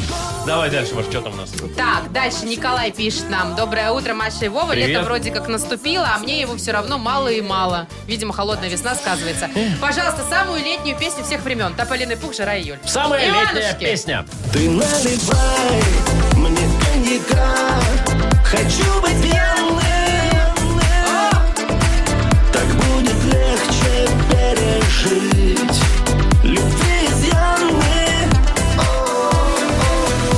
Speaker 2: Давай дальше, Маш, что там у нас?
Speaker 3: Так, дальше Николай пишет нам. Доброе утро, Маша и Вова.
Speaker 2: Привет.
Speaker 3: Лето вроде как наступило, а мне его все равно мало и мало. Видимо, холодная весна сказывается. Пожалуйста, самую летнюю песню всех времен. Тополиный пух, жара июль.
Speaker 2: Самая летняя
Speaker 3: Иванушки.
Speaker 2: песня.
Speaker 6: Ты наливай мне коньяка. Хочу быть пьяным. Так будет легче пережить любви изъяны. О,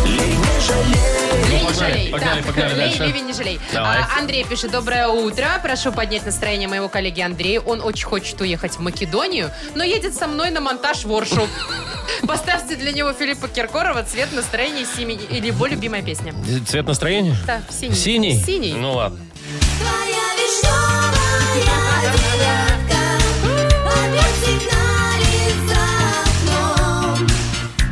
Speaker 6: лей, не жалей.
Speaker 3: Лей, не
Speaker 2: Погнали,
Speaker 3: жалей.
Speaker 2: погнали,
Speaker 3: Так,
Speaker 2: погнали
Speaker 3: лей,
Speaker 2: дальше.
Speaker 3: лей, не жалей.
Speaker 2: Давай.
Speaker 3: А, Андрей пишет, доброе утро. Прошу поднять настроение моего коллеги Андрея. Он очень хочет уехать в Македонию, но едет со мной на монтаж в Оршу. Поставьте для него Филиппа Киркорова «Цвет настроения синий» или его любимая песня.
Speaker 2: Цвет настроения?
Speaker 3: Да, синий.
Speaker 2: Синий?
Speaker 3: Синий.
Speaker 2: Ну ладно.
Speaker 9: Твоя вишневая девятка Опять сигналит за окном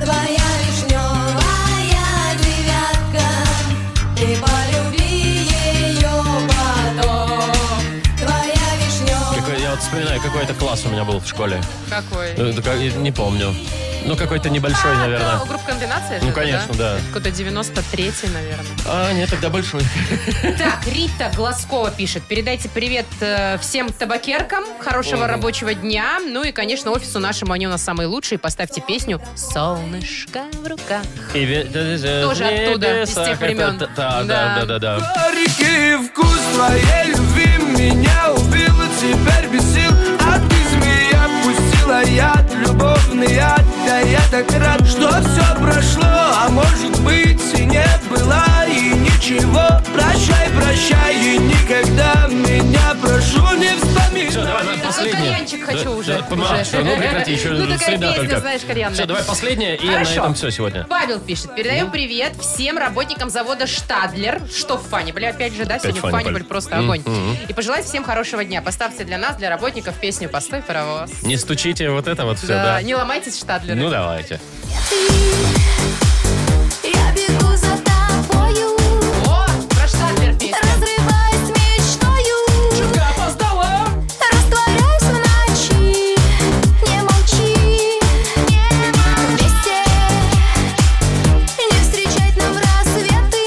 Speaker 9: Твоя вишневая девятка Ты полюби ее потом
Speaker 2: вспоминаю, какой это класс у меня был в школе.
Speaker 3: Какой?
Speaker 2: Э, да как- Не помню. Ну, какой-то небольшой,
Speaker 3: А,
Speaker 2: наверное.
Speaker 3: да, группа комбинация?
Speaker 2: Ну, конечно, да.
Speaker 3: Какой-то 93-й, наверное.
Speaker 2: А, нет, тогда большой.
Speaker 3: Так, Рита Глазкова пишет. Передайте привет э, всем табакеркам, хорошего рабочего дня, ну и, конечно, офису нашему, они у нас самые лучшие. Поставьте песню «Солнышко в руках».
Speaker 2: Тоже
Speaker 3: оттуда, из тех времен.
Speaker 2: Да, да, да, да, да.
Speaker 6: Реки вкус твоей любви меня убил и теперь без сил А ты змея пустила яд, любовный яд Да я так рад, что все прошло А может быть и не было и ничего Прощай, прощай и никогда меня прошу не
Speaker 2: Все,
Speaker 6: вспоминай
Speaker 2: давай, давай, последнее.
Speaker 3: кальянчик хочу
Speaker 2: Да,
Speaker 3: уже,
Speaker 2: да, пома-
Speaker 3: уже.
Speaker 2: всё, ну прекрати, еще
Speaker 3: Ну, такая
Speaker 2: среда
Speaker 3: песня,
Speaker 2: только.
Speaker 3: знаешь, кальянная.
Speaker 2: Все, давай последнее, и на
Speaker 3: Хорошо.
Speaker 2: этом все сегодня.
Speaker 3: Павел пишет. Передаем привет всем работникам завода «Штадлер». Что в Фаниболе? Опять же, да, сегодня в
Speaker 2: Фаниболь.
Speaker 3: Фаниболь просто огонь. И пожелать всем хорошего дня. Поставьте для нас, для работников, песню «Постой, паровоз».
Speaker 2: Не стучите вот это вот все,
Speaker 3: Да,
Speaker 2: да.
Speaker 3: не ломайтесь, Штадлеры.
Speaker 2: Ну, давайте.
Speaker 9: Ты, я бегу за тобою,
Speaker 3: О, про Штадлер песня.
Speaker 9: разрываясь мечтою,
Speaker 3: Опоздала.
Speaker 9: растворяюсь в ночи. Не молчи, вместе, не встречать нам
Speaker 2: Ты
Speaker 9: рассветы.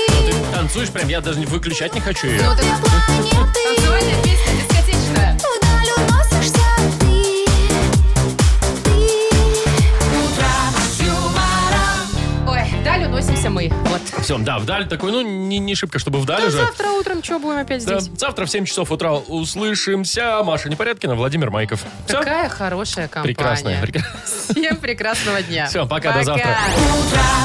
Speaker 2: танцуешь прям, я даже не выключать не хочу ее.
Speaker 3: Ну, так
Speaker 9: Две планеты.
Speaker 3: танцевальная песня, дискотечная.
Speaker 9: Вдаль уносишься ты, ты.
Speaker 3: Ой, далее уносимся мы. Вот.
Speaker 2: Все, да, вдаль такой, ну, не, не шибко, чтобы вдаль
Speaker 3: Ну,
Speaker 2: уже.
Speaker 3: завтра утром что будем опять
Speaker 2: Да,
Speaker 3: здесь?
Speaker 2: завтра в 7 часов утра услышимся. Маша Непорядкина, Владимир Майков. Все?
Speaker 3: Какая хорошая компания.
Speaker 2: Прекрасная.
Speaker 3: Всем прекрасного дня.
Speaker 2: Все, пока, до завтра.
Speaker 9: Утро